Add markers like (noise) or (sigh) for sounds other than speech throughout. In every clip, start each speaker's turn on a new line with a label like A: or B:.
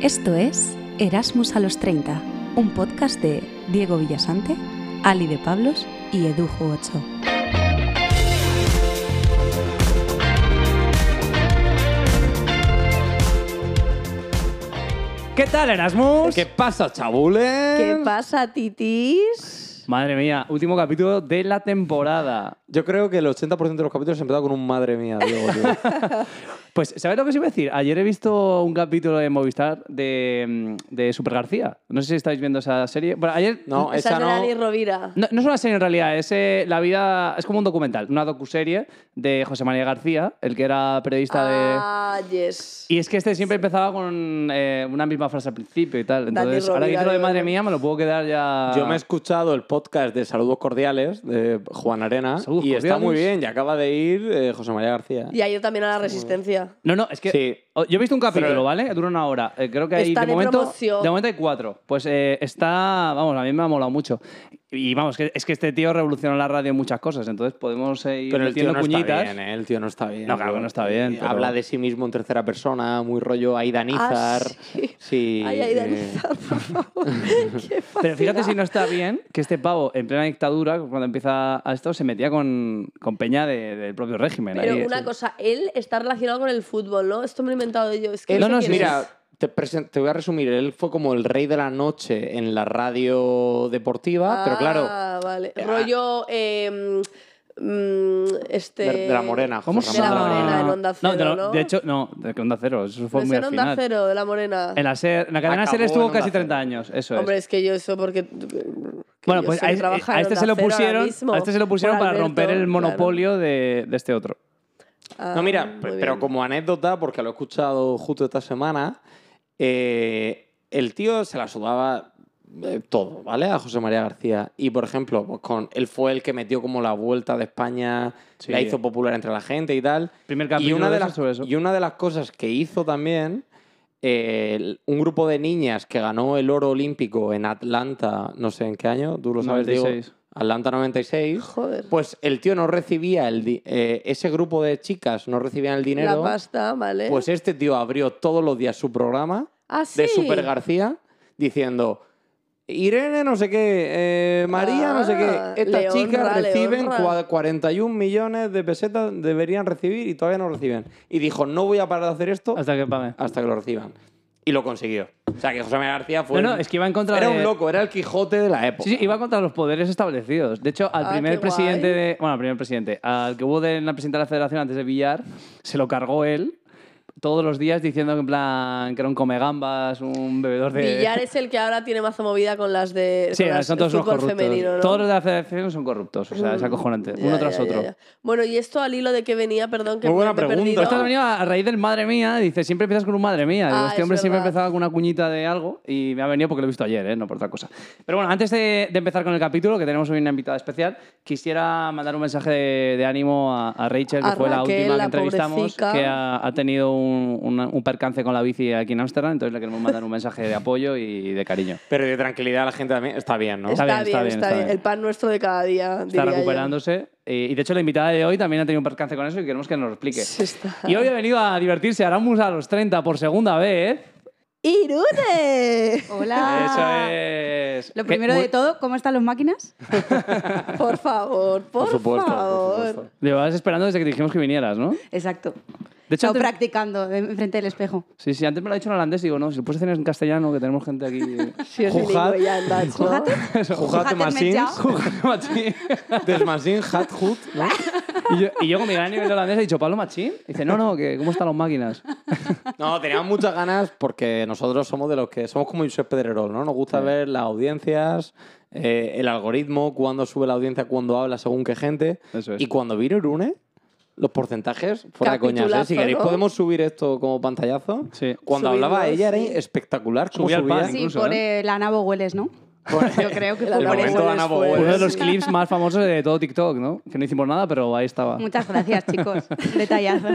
A: Esto es Erasmus a los 30, un podcast de Diego Villasante, Ali de Pablos y Edujo 8.
B: ¿Qué tal, Erasmus?
C: ¿Qué pasa, chabules?
B: Ah.
D: ¿Qué pasa, titis?
B: Madre mía, último capítulo de la temporada.
C: Yo creo que el 80% de los capítulos se empezado con un madre mía, Diego. tío. (laughs)
B: Pues, ¿sabes lo que os iba a decir? Ayer he visto un capítulo de Movistar de, mm, de Super García. No sé si estáis viendo esa serie. Bueno, ayer.
C: No,
D: Esa
C: esa
D: es de Dani
C: no.
D: Rovira.
B: No, no es una serie en realidad, es eh, la vida. Es como un documental, una docuserie de José María García, el que era periodista de.
D: Ah, yes.
B: Y es que este siempre empezaba con eh, una misma frase al principio y tal. Entonces, ahora que
D: Rovira,
B: hice lo de
D: digo.
B: madre mía, me lo puedo quedar ya.
C: Yo me he escuchado el podcast de Saludos Cordiales de Juan Arena
B: Saludos
C: y está
B: cordiales.
C: muy bien. Y acaba de ir eh, José María García.
D: Y ayer también a la Resistencia.
B: No, no, es que
C: Sí.
B: o- Oh, yo he visto un capítulo,
C: Pero-
B: ¿vale? Dura una hora. Eh, creo que hay
D: Están
B: de
D: en
B: momento,
D: promoción.
B: de momento hay cuatro. Pues eh, está, vamos, a mí me ha molado mucho. Y vamos, que, es que este tío revolucionó la radio en muchas cosas, entonces podemos eh, ir
C: Pero el tío
B: metiendo
C: no
B: cuñitas.
C: está bien, ¿eh? El tío no está bien.
B: No, claro que no está bien,
C: Eh,
B: pero-
C: Habla de sí mismo en tercera persona, muy rollo Aidan
D: Ah,
C: Izar.
D: sí.
C: Sí,
D: Ay, ay,
C: eh,
D: Dani, por favor. Qué
B: Pero fíjate
D: fascinante.
B: si no está bien que este pavo, en plena dictadura, cuando empieza a esto, se metía con, con peña de- del propio régimen.
D: Pero
B: ahí.
D: una
B: Sí.
D: cosa, él está relacionado con el fútbol, ¿no? Esto me lo he inventado yo. Es que
C: Él-
B: No, no, sí,
D: sé quién
B: sí.
D: es.
C: Mira, te, presen- te voy a resumir. Él fue como el rey de la noche en la radio deportiva, pero claro,
D: Ah, vale.
C: Ah.
D: Rollo. eh, mm, este...
C: de, de la morena.
B: ¿Cómo
C: José
B: se
D: De la
C: Ramón.
B: llama?
D: Morena, en Onda Cero,
B: de lo-
D: ¿no?
B: De hecho, no, de Onda Cero. Eso
D: No
B: fue
D: es
B: muy
D: en
B: al
D: Onda
B: final.
D: Cero, de la morena.
B: En la, SER, en la cadena
C: Acabó
B: SER estuvo
C: en Onda
B: casi
C: Cero.
B: 30 años, eso es.
D: Hombre, es que yo eso porque.
B: Bueno, pues a, es- a este se lo pusieron, a este se lo pusieron para romper el monopolio de, de este otro.
D: Ah,
C: No,
B: Ah,
C: mira, pe- pero como anécdota, porque lo he escuchado justo esta semana, eh, el tío se la sudaba eh, todo, ¿vale? A José María García. Y, por ejemplo, pues con, él fue el que metió como la vuelta de España,
B: Sí.
C: la hizo popular entre la gente y tal.
B: Primer
C: y
B: capítulo
C: una
B: de
C: de,
B: eso
C: las,
B: sobre eso.
C: y una de las cosas que hizo también, eh, el- un grupo de niñas que ganó el oro olímpico en Atlanta, no sé en qué año, tú lo sabes, Diego.
B: 96.
C: Atlanta 96.
D: Joder.
C: Pues el tío no recibía el di- eh, ese grupo de chicas no recibían el
D: La
C: dinero.
D: pasta, ¿eh? ¿vale?
C: Pues este tío abrió todos los días su programa
D: Ah,
C: de
D: sí.
C: Super García diciendo Irene no sé qué, eh, María no sé
D: Ah,
C: qué,
D: le
C: estas chicas
D: honra, le
C: reciben
D: honra.
C: cua- 41 millones de pesetas deberían recibir y todavía no reciben. Y dijo, no voy a parar de hacer esto
B: Hasta que pague.
C: hasta que lo reciban. Y lo consiguió. O sea, que José María García fue...
B: No, no,
C: el-
B: es que iba en contra
C: Era
B: de-
C: un loco, era el Quijote de la época.
B: Sí, sí, iba contra los poderes establecidos. De hecho, al
D: Ah,
B: primer
D: qué
B: presidente
D: guay.
B: de. Bueno, al primer presidente. Al que hubo de la presidenta de la federación antes de Villar, se lo cargó él todos los días diciendo que en plan que era un comegambas, un bebedor de.
D: Villar es el que ahora tiene mazo movida con las de.
B: (laughs) Sí,
D: con las-
B: son todos
D: el
B: unos
D: fútbol
B: corruptos.
D: femenino, ¿no?
B: Todos los de la federación son corruptos. O sea, es acojonante.
D: Ya,
B: uno
D: ya,
B: tras
D: ya,
B: otro.
D: ya. Bueno, y esto al hilo de que venía, perdón, que
C: Muy buena
D: me he
C: pregunta.
D: perdido.
B: Esto ha venido a a raíz del madre mía, dice, siempre empiezas con un madre mía. Digo,
D: Ah,
B: este
D: es
B: hombre siempre
D: verdad.
B: empezaba con una cuñita de algo y me ha venido porque lo he visto ayer, ¿eh? no por otra cosa. Pero bueno, antes de, de empezar con el capítulo, que tenemos hoy una invitada especial, quisiera mandar un mensaje de, de ánimo a, a Rachel, que
D: A
B: fue la
D: Raquel,
B: última que
D: la
B: entrevistamos,
D: pobrecita.
B: que ha, ha tenido un, un- un percance con la bici aquí en Ámsterdam, entonces le queremos mandar un mensaje de apoyo y de cariño.
C: Pero de tranquilidad a la gente también está bien, ¿no?
B: Está
D: Está,
B: bien,
D: bien,
B: está bien,
D: está
B: está
D: bien.
B: bien.
D: El pan nuestro de cada día.
B: Está
D: diría yo.
B: recuperándose. eh, Y, y de hecho, la invitada de hoy también ha tenido un percance con eso y queremos que nos lo explique.
D: Sí, está.
B: Y hoy ha venido a divertirse Aramus a los 30 por segunda vez. (laughs)
D: ¡Irune!
E: Hola.
B: Eso es.
E: Ah. Lo
B: Que
E: primero
B: muy-
E: de todo, ¿cómo están las máquinas?
D: Por favor, por,
C: supuesto, por
D: favor.
C: supuesto.
B: Llevabas esperando desde que dijimos que vinieras, ¿no?
E: Exacto.
B: De hecho,
E: Estaba
B: antes-
E: practicando de- enfrente del espejo.
B: Sí, sí, antes me lo ha dicho en holandés y digo, no, si lo puedes hacer en castellano, que tenemos gente aquí.
E: (laughs)
D: Si es
C: Jujad.
D: bilingüe ya
B: (laughs)
D: andas, ¿no?
E: Fíjate.
C: Jujate
E: Jujate
C: Masins.
E: Mechao.
B: Machín.
C: Desmasín, Hat Hut, ¿no?
B: Y yo, y yo con mi gran nivel de holandés he dicho, Pablo Machín. Y dice, no, no, que ¿cómo están las máquinas?
C: (laughs) No, teníamos muchas ganas porque nosotros somos de los que somos como Josep Pedrerol, ¿no? Nos gusta ver las audiencias, eh, el algoritmo, cuándo sube la audiencia, cuándo habla, según qué gente.
B: Eso es.
C: Y cuando vino Irune, los porcentajes, fuera de coñas, ¿eh?
D: Capitulazo,
C: Si queréis,
D: ¿no?
C: podemos subir esto como pantallazo.
B: Sí.
C: Cuando
D: Subirlo,
C: hablaba ella era
D: sí.
C: espectacular. cómo
B: Subía al
C: subía.
B: pan,
E: Sí,
B: incluso,
E: por
B: ¿eh?
E: eh, la nabo hueles, ¿no? Yo creo
B: (laughs)
E: que
D: El
E: fue
C: El
E: por
D: Ana
C: momento
E: eso.
D: Bogueles
C: Ana
D: fue-
E: Pues
C: Bogueles.
B: Uno de los
D: (laughs) Sí.
B: clips más famosos de todo TikTok, ¿no? Que no hicimos nada, pero ahí estaba.
E: Muchas gracias,
B: (laughs)
E: chicos. Detallazo.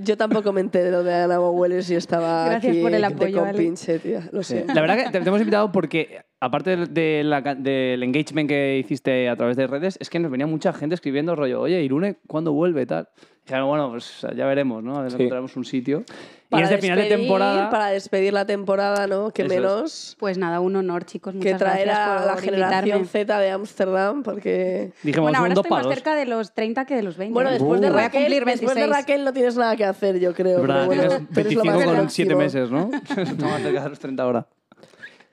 D: Yo tampoco me enteré de lo de Ana Bogueles y estaba
E: Gracias
D: aquí
E: por el
D: de
E: apoyo, Ale.
D: compinche, tía. Lo sé.
B: La verdad que te, te hemos invitado porque, aparte del- de la ca- del engagement que hiciste a través de redes, es que nos venía mucha gente escribiendo rollo, oye, Irune, ¿cuándo vuelve? tal. Dijeron, bueno, pues ya veremos, ¿no? A ver,
C: Sí.
B: encontraremos un sitio. Y
D: Para
B: este final de
D: despedir-
B: temporada.
D: Para despedir la temporada, ¿no? Que
B: Eso es.
D: menos
E: Pues nada, un honor, chicos. Muchas
D: que traer
E: gracias
D: a
E: por
D: la generación
E: invitarme.
D: Z de Ámsterdam, porque...
B: Dijimos,
E: Bueno,
B: un
E: ahora
B: dos
E: estoy
B: palos.
E: más cerca de los 30 que de los 20.
D: Bueno,
E: ¿eh?
D: después, de
E: Voy a
D: Raquel,
E: cumplir
D: después
E: 26.
D: de Raquel no tienes nada que hacer, yo creo.
B: Es verdad,
D: pero bueno,
B: tienes
D: pero es lo
B: 25
D: más
B: con 7
D: relativo.
B: meses, ¿no? Estamos cerca de los 30 ahora.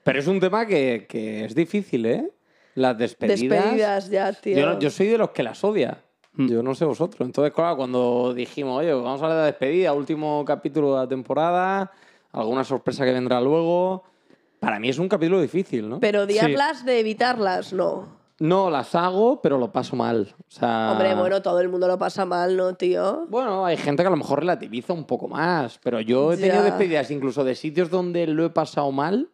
C: Pero es un tema que, que es difícil, ¿eh? Las despedidas.
D: Despedidas ya, tío.
C: Yo, no- yo soy de los que las odia. Yo no sé vosotros. Entonces, claro, cuando dijimos, oye, vamos a hablar de la despedida, último capítulo de la temporada, alguna sorpresa que vendrá luego. Para mí es un capítulo difícil, ¿no?
D: Pero diablas de evitarlas, no.
C: No, las hago, pero lo paso mal. O sea,
B: Ah.
D: Hombre, bueno, todo el mundo lo pasa mal, ¿no, tío?
C: Bueno, hay gente que a lo mejor relativiza un poco más, pero yo he
D: Ya.
C: tenido despedidas incluso de sitios donde lo he pasado mal,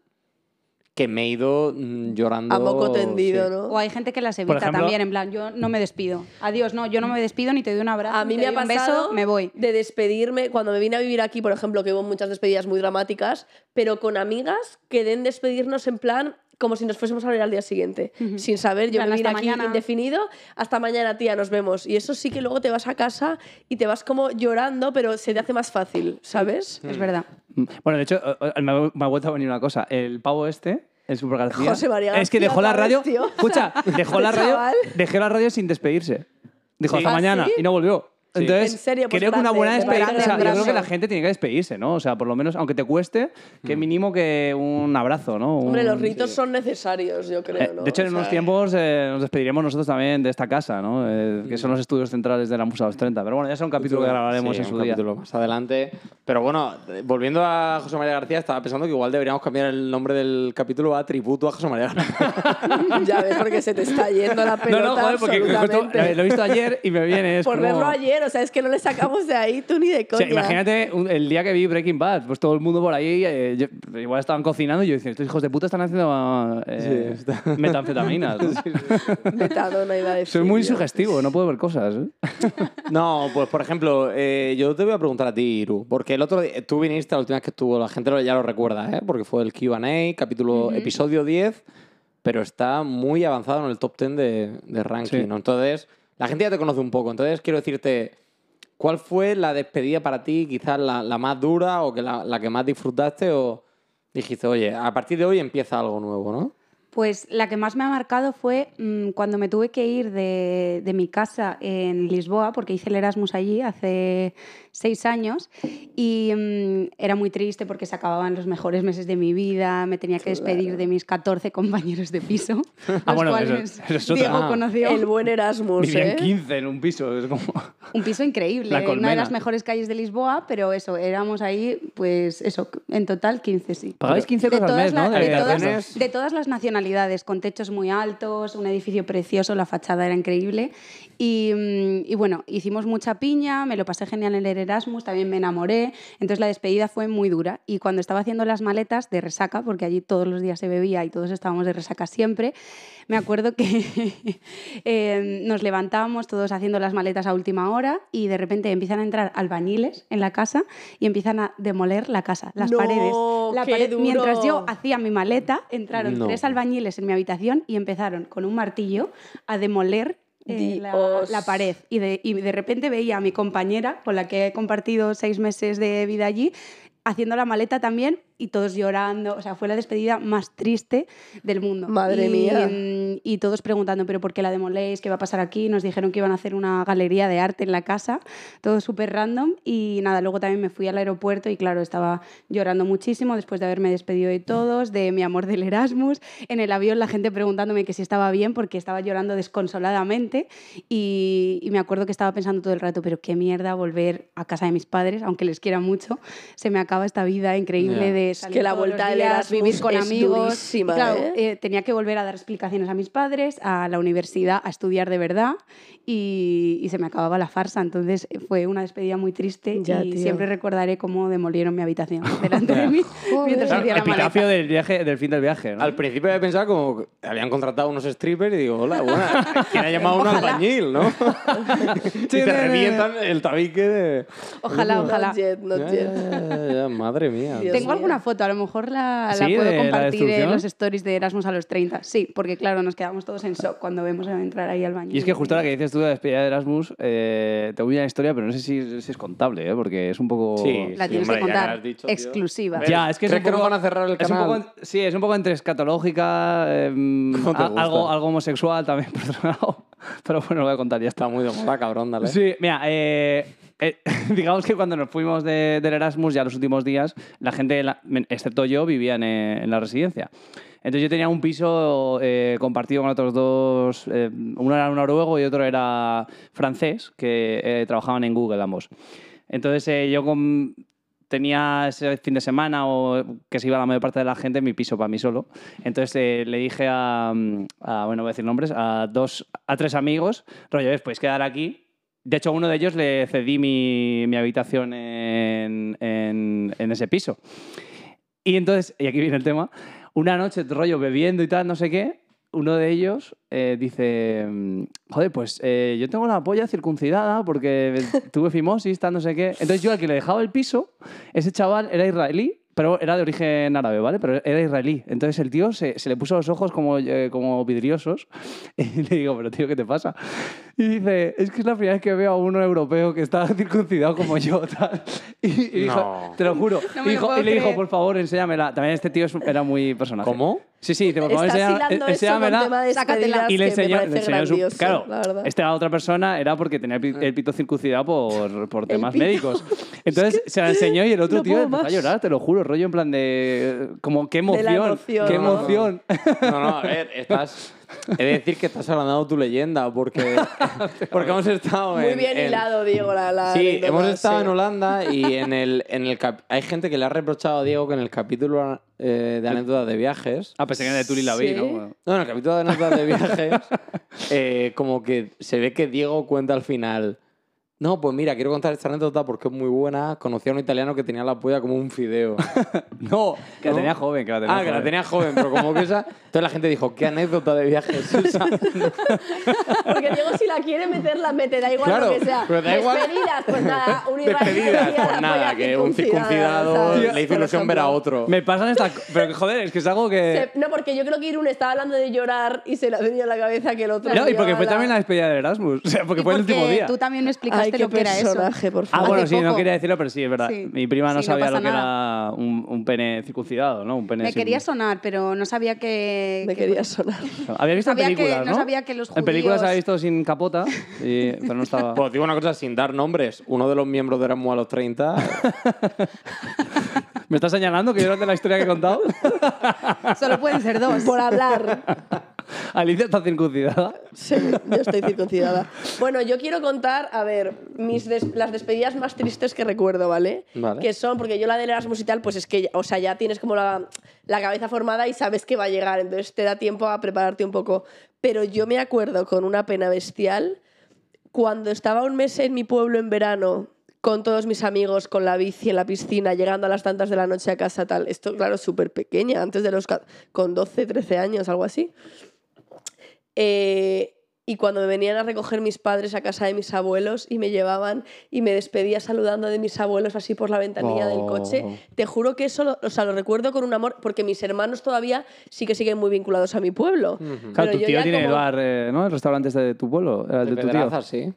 C: que me he ido mm, llorando.
D: A moco tendido,
C: sí.
D: ¿no?
E: O hay gente que las evita
B: ejemplo-
E: también, en plan, yo no me despido. Adiós, no, yo no me despido ni te doy un abrazo.
D: A mí
E: ni
D: me
E: te
D: ha
E: doy un
D: pasado
E: beso, me voy.
D: de despedirme cuando me vine a vivir aquí, por ejemplo, que hubo muchas despedidas muy dramáticas, pero con amigas que den despedirnos en plan como si nos fuésemos a ver al día siguiente, sin saber, yo
E: En plan,
D: me vine
E: hasta
D: aquí
E: mañana.
D: indefinido, hasta mañana tía, nos vemos. Y eso sí que luego te vas a casa y te vas como llorando, pero se te hace más fácil, ¿sabes?
B: Mm.
E: Es verdad.
B: Bueno, de hecho, eh, eh, me ha, me ha vuelto a venir una cosa. El pavo este, el Super García.
D: José María
B: Es que
D: García
B: dejó la
D: otra vez,
B: radio.
D: tío. (laughs)
B: Escucha, dejó la radio,
D: Chaval.
B: dejó la radio sin despedirse. Dijo
C: Sí.
B: hasta
D: ¿Ah,
B: mañana
D: sí?
B: y no volvió. Entonces,
D: En serio, pues
B: creo que una
D: grande,
B: buena
D: de
B: despedida.
D: verdad,
B: o sea, yo
D: grande.
B: creo que la gente tiene que despedirse, ¿no? O sea, por lo menos, aunque te cueste, que
C: Mm.
B: mínimo que un abrazo, ¿no?
D: Hombre,
B: Un-
D: los ritos son necesarios, yo creo,
B: Mm, Eh,
D: ¿no?
B: de hecho,
D: O
B: en unos
D: sea,
B: tiempos eh, nos despediremos nosotros también de esta casa, ¿no? Eh, que son los estudios centrales de la Musa 230. Pero bueno, ya será un capítulo que grabaremos
C: Mm. Sí,
B: en su
C: un
B: día.
C: capítulo más adelante. Pero bueno, eh, volviendo a José María García, estaba pensando que igual deberíamos cambiar el nombre del capítulo a Tributo a José María García.
D: (laughs) Ya ves, porque se te está yendo
B: (laughs)
D: la
B: No,
D: pelota
B: no, joder, porque justo eh,
D: absolutamente.
B: lo he visto ayer y me viene. es
D: Por
B: como-
D: verlo ayer, o sea, es que no le sacamos de ahí tú ni de
B: O
D: coña.
B: sea, imagínate un- el día que vi Breaking Bad, pues todo el mundo por ahí, eh, yo- igual estaban cocinando y yo decía, estos hijos de puta están haciendo eh,
C: Sí,
B: (laughs)
C: está-
B: metanfetaminas. ¿no?
D: Metadona iba a decir.
B: Soy muy
D: yo.
B: sugestivo, no puedo ver cosas. ¿eh?
C: no, pues por ejemplo, eh, yo te voy a preguntar a ti, Iru, porque el otro día, tú viniste la última vez que estuvo, la gente lo- ya lo recuerda, ¿eh? porque fue el QA, capítulo, episodio 10, pero está muy avanzado en el top 10 de, de ranking.
B: Sí.
C: ¿no? Entonces, la gente ya te conoce un poco, entonces quiero decirte. ¿Cuál fue la despedida para ti, quizás la, la más dura o que la, la que más disfrutaste? O dijiste, oye, a partir de hoy empieza algo nuevo, ¿no?
E: Pues la que más me ha marcado fue mm, cuando me tuve que ir de, de mi casa en Lisboa, porque hice el Erasmus allí hace seis años, y mm, era muy triste porque se acababan los mejores meses de mi vida, me tenía que despedir de mis 14 compañeros
B: (laughs)
E: de piso, los
B: Ah, bueno, eso-
E: cuales
B: eso es otra.
E: Diego
C: Ah.
E: conoció.
D: El buen
E: Pues
D: Erasmus,
B: Vivían
D: ¿eh?
B: 15 en un piso, (laughs) es como...
E: Un piso increíble,
B: La
E: una
B: colmena.
E: de las mejores calles de Lisboa, pero eso, éramos ahí, pues eso, en total 15, sí.
B: Pagáis 15 euros al mes, ¿no?
E: la- de
B: De
E: todas-
B: habitaciones.
E: de todas las nacionalidades, con techos muy altos, un edificio precioso, la fachada era increíble. Y, mm, y bueno, hicimos mucha piña, me lo pasé genial en el Erasmus, también me enamoré. Entonces la despedida fue muy dura. Y cuando estaba haciendo las maletas de resaca, porque allí todos los días se bebía y todos estábamos de resaca siempre, me acuerdo que (laughs) eh, nos levantábamos todos haciendo las maletas a última hora y de repente empiezan a entrar albañiles en la casa y empiezan a demoler la casa, las
D: No,
E: paredes. La
D: qué
E: pared-
D: duro.
E: Mientras yo hacía mi maleta, entraron
C: No.
E: tres albañiles en mi habitación y empezaron con un martillo a demoler eh, la,
D: Dios.
E: la pared. Y de, y de repente veía a mi compañera, con la que he compartido seis meses de vida allí, haciendo la maleta también y todos llorando. O sea, fue la despedida más triste del mundo.
D: Madre
E: Y,
D: mía.
E: mm, Y todos preguntando, ¿pero por qué la demoléis? ¿Qué va a pasar aquí? Nos dijeron que iban a hacer una galería de arte en la casa, todo súper random. Y nada, luego también me fui al aeropuerto y claro, estaba llorando muchísimo después de haberme despedido de todos, de mi amor del Erasmus. En el avión la gente preguntándome que si estaba bien porque estaba llorando desconsoladamente. Y, y me acuerdo que estaba pensando todo el rato, pero qué mierda volver a casa de mis padres, aunque les quiera mucho. Se me acaba esta vida increíble
C: Ya.
E: de
D: Es
E: salir
D: que la
E: todos los
D: vuelta del
E: días,
D: Erasmus
E: vivir con
D: es
E: amigos.
D: durísima,
E: Y claro,
D: ¿eh?
E: eh, tenía que volver a dar explicaciones a mis padres, a la universidad, a estudiar de verdad y, y se me acababa la farsa. Entonces eh, fue una despedida muy triste
D: Ya,
E: y
D: tío.
E: siempre recordaré cómo demolieron mi
D: (laughs)
E: habitación delante de mí mientras
B: Claro,
E: hacía la maleta.
B: epitafio del, viaje, del fin del viaje, ¿no?
C: Al principio había pensado como que habían contratado unos strippers y digo, hola, buena, ¿quién ha llamado a un albañil, no? y te revientan el tabique de...
E: Ojalá,
D: Not
E: ojalá.
D: yet, not
C: Ya,
D: yet.
C: ya, ya, ya, madre mía.
D: Dios.
E: Tengo alguna una foto, a lo mejor la, la
B: ¿Sí?
E: puedo
B: ¿De la
E: compartir en
B: destrucción?
E: los stories de Erasmus a los 30. Sí, porque claro, nos quedamos todos en shock cuando vemos a entrar ahí al baño.
B: Y es que justo ahora que dices tú de la despedida de Erasmus, eh, te voy a una historia, pero no sé si, si es contable, ¿eh? porque es un poco...
C: Sí.
E: La tienes
C: hombre,
E: que
C: ya me
E: contar.
C: lo has dicho, tío.
E: exclusiva.
C: Ver,
B: Ya, es que es
C: ¿Crees
B: un
C: que
B: poco-
C: nos van a cerrar el
B: es un
C: canal?
B: poco- sí, es un poco entre escatológica, eh,
C: ¿Cómo te
B: a-
C: gusta?
B: algo, algo homosexual también, (laughs) por otro lado. Pero bueno, lo voy a contar, ya está.
C: Está muy de moda, cabrón, dale.
B: Sí, mira, eh, eh, (laughs) digamos que cuando nos fuimos de- del Erasmus, ya los últimos días, la gente, la- men- excepto yo, vivía en, eh, en la residencia. Entonces yo tenía un piso eh, compartido con otros dos, eh, uno era noruego y otro era francés, que eh, trabajaban en Google ambos. Entonces eh, yo con- tenía ese fin de semana o que se iba la mayor parte de la gente mi piso para mí solo. Entonces eh, le dije a, a- bueno, voy a decir nombres, a dos, a tres amigos, rollo, "Eh, podéis quedar aquí. De hecho, a uno de ellos le cedí mi, mi habitación en, en- en ese piso. Y entonces, y aquí viene el tema, una noche, rollo, bebiendo y tal, no sé qué, uno de ellos eh, dice, mm, joder, pues eh, yo tengo la polla circuncidada porque (laughs) tuve fimosis, tal, no sé qué. Entonces yo al que le dejaba el piso, ese chaval era israelí, pero era de origen árabe, ¿vale? Pero era israelí. Entonces el tío se, se le puso los ojos como, eh, como vidriosos (laughs) y le digo, pero tío, ¿qué te pasa? Y dice, es que es la primera vez que veo a uno europeo que está (laughs) circuncidado como yo, tal. (laughs) Y, y dijo,
C: No.
B: te lo juro.
E: No
B: y
E: me lo
B: dijo-
E: puedo
B: y le dijo,
E: creer.
B: por favor, enséñamela. También este tío es- era muy personaje.
C: ¿Cómo?
B: Sí, sí, dice, por favor,
D: Estás
B: enséñame-
D: hilando eso con
B: enséñamela.
D: tema de
E: Sácatela.
D: despedidas
B: Y le
D: que me
B: enseñó,
D: parece
B: le enseñó su-
D: grandioso,
B: Claro,
D: la verdad.
B: esta otra persona era porque tenía el pi- el pito circuncidado por,
D: (laughs)
B: por temas
D: pito.
B: médicos. Entonces se la enseñó y el otro
D: no
B: tío
D: puedo
B: empezó a
D: más.
B: llorar, te lo juro, rollo en plan de. Como, qué
D: De
B: emoción.
D: la emoción,
B: Qué
D: ¿no?
B: emoción.
C: No, no, a ver, estás. He de decir que estás hablando tu leyenda, porque, porque hemos estado en.
D: Muy bien
C: en-
D: hilado, Diego, la, la
C: Sí,
D: anécdota,
C: hemos estado
D: sí.
C: en Holanda y en el, en el cap- hay gente que le ha reprochado a Diego que en el capítulo eh, de anécdotas de viajes.
B: Ah, pensé que era de Tuli Lavi,
D: Sí.
B: ¿no? Bueno.
C: No, en el capítulo de anécdotas de viajes,
B: (laughs)
C: eh, como que se ve que Diego cuenta al final. No, pues mira, quiero contar esta anécdota porque es muy buena. Conocí a un italiano que tenía la polla como
B: (laughs)
C: un fideo. no,
B: Que la
C: ¿no?
B: tenía joven, que la tenía
C: Ah, que la
B: joven.
C: tenía joven, pero como que esa. Entonces la gente dijo, ¿qué anécdota de
D: (laughs)
C: viajes es esa?
D: Porque Diego, si la quiere meter, la mete, da igual
C: Claro,
D: lo que sea.
C: pero da igual.
D: Despedidas,
C: (laughs)
D: pues nada, un israelí
C: Despedidas,
D: tenía
C: pues
D: la
C: nada,
D: polla
C: que un
D: circuncidada,
C: circuncidado
D: ¿sabes?
C: le hizo
D: Por
C: ilusión ver a
D: ejemplo.
C: otro.
B: Me pasan estas. co- Pero que, joder, es que es algo que.
D: Se- No, porque yo creo que Irún estaba hablando de llorar y se le venía a la cabeza que el otro.
B: No, y
D: llevaba
B: porque fue también la despedida de Erasmus. (laughs) O sea, porque
E: Y
B: fue el
E: porque
B: último día.
E: Tú también me explicaste
D: Ay, qué
E: lo que era eso.
D: personaje, por
B: Ah,
D: favor.
B: bueno,
E: Hace
B: sí, no
E: poco.
B: quería decirlo, pero sí, es verdad.
E: Sí.
B: Mi prima no
E: Sí, no
B: sabía
E: pasa
B: lo que era un, un pene circuncidado, ¿no? Un pene
E: Me
B: sin-
E: quería sonar, pero no sabía que.
D: Me
E: que-
D: quería sonar.
B: Había visto en
E: sabía que-
B: películas,
E: no
B: ¿no?
E: sabía que los
B: En películas
E: judíos-
B: había visto sin capota,
E: (laughs)
B: y- pero no estaba...
C: Pues digo una cosa, sin dar nombres. Uno de los miembros de Erasmus a
B: (laughs)
C: los 30.
B: ¿Me estás señalando que yo no te la historia que he
E: (laughs)
B: contado?
E: Solo pueden ser dos.
D: Por hablar.
B: Alicia está circuncidada.
D: Sí, yo estoy circuncidada. Bueno, yo quiero contar, a ver, mis des- las despedidas más tristes que recuerdo, ¿vale?
C: Vale.
D: Que son, porque yo la del Erasmus y tal, pues es que, ya- o sea, ya tienes como la, la cabeza formada y sabes que va a llegar, entonces te da tiempo a prepararte un poco. Pero yo me acuerdo con una pena bestial cuando estaba un mes en mi pueblo en verano con todos mis amigos, con la bici en la piscina, llegando a las tantas de la noche a casa, tal. Esto, claro, súper pequeña, antes de los... ca- con 12, 13 años, algo así. Eh, y cuando me venían a recoger mis padres a casa de mis abuelos y me llevaban y me despedía saludando de mis abuelos así por la ventanilla del
C: Oh.
D: coche, te juro que eso, lo, o sea, lo recuerdo con un amor, porque mis hermanos todavía sí que siguen muy vinculados a mi pueblo.
B: Claro,
D: Pero
B: tu
D: yo
B: tío
D: ya
B: tiene el
D: como-
B: bar, eh, ¿no? El restaurante este de tu pueblo, era el de, tu tío.
C: Pedraza, sí.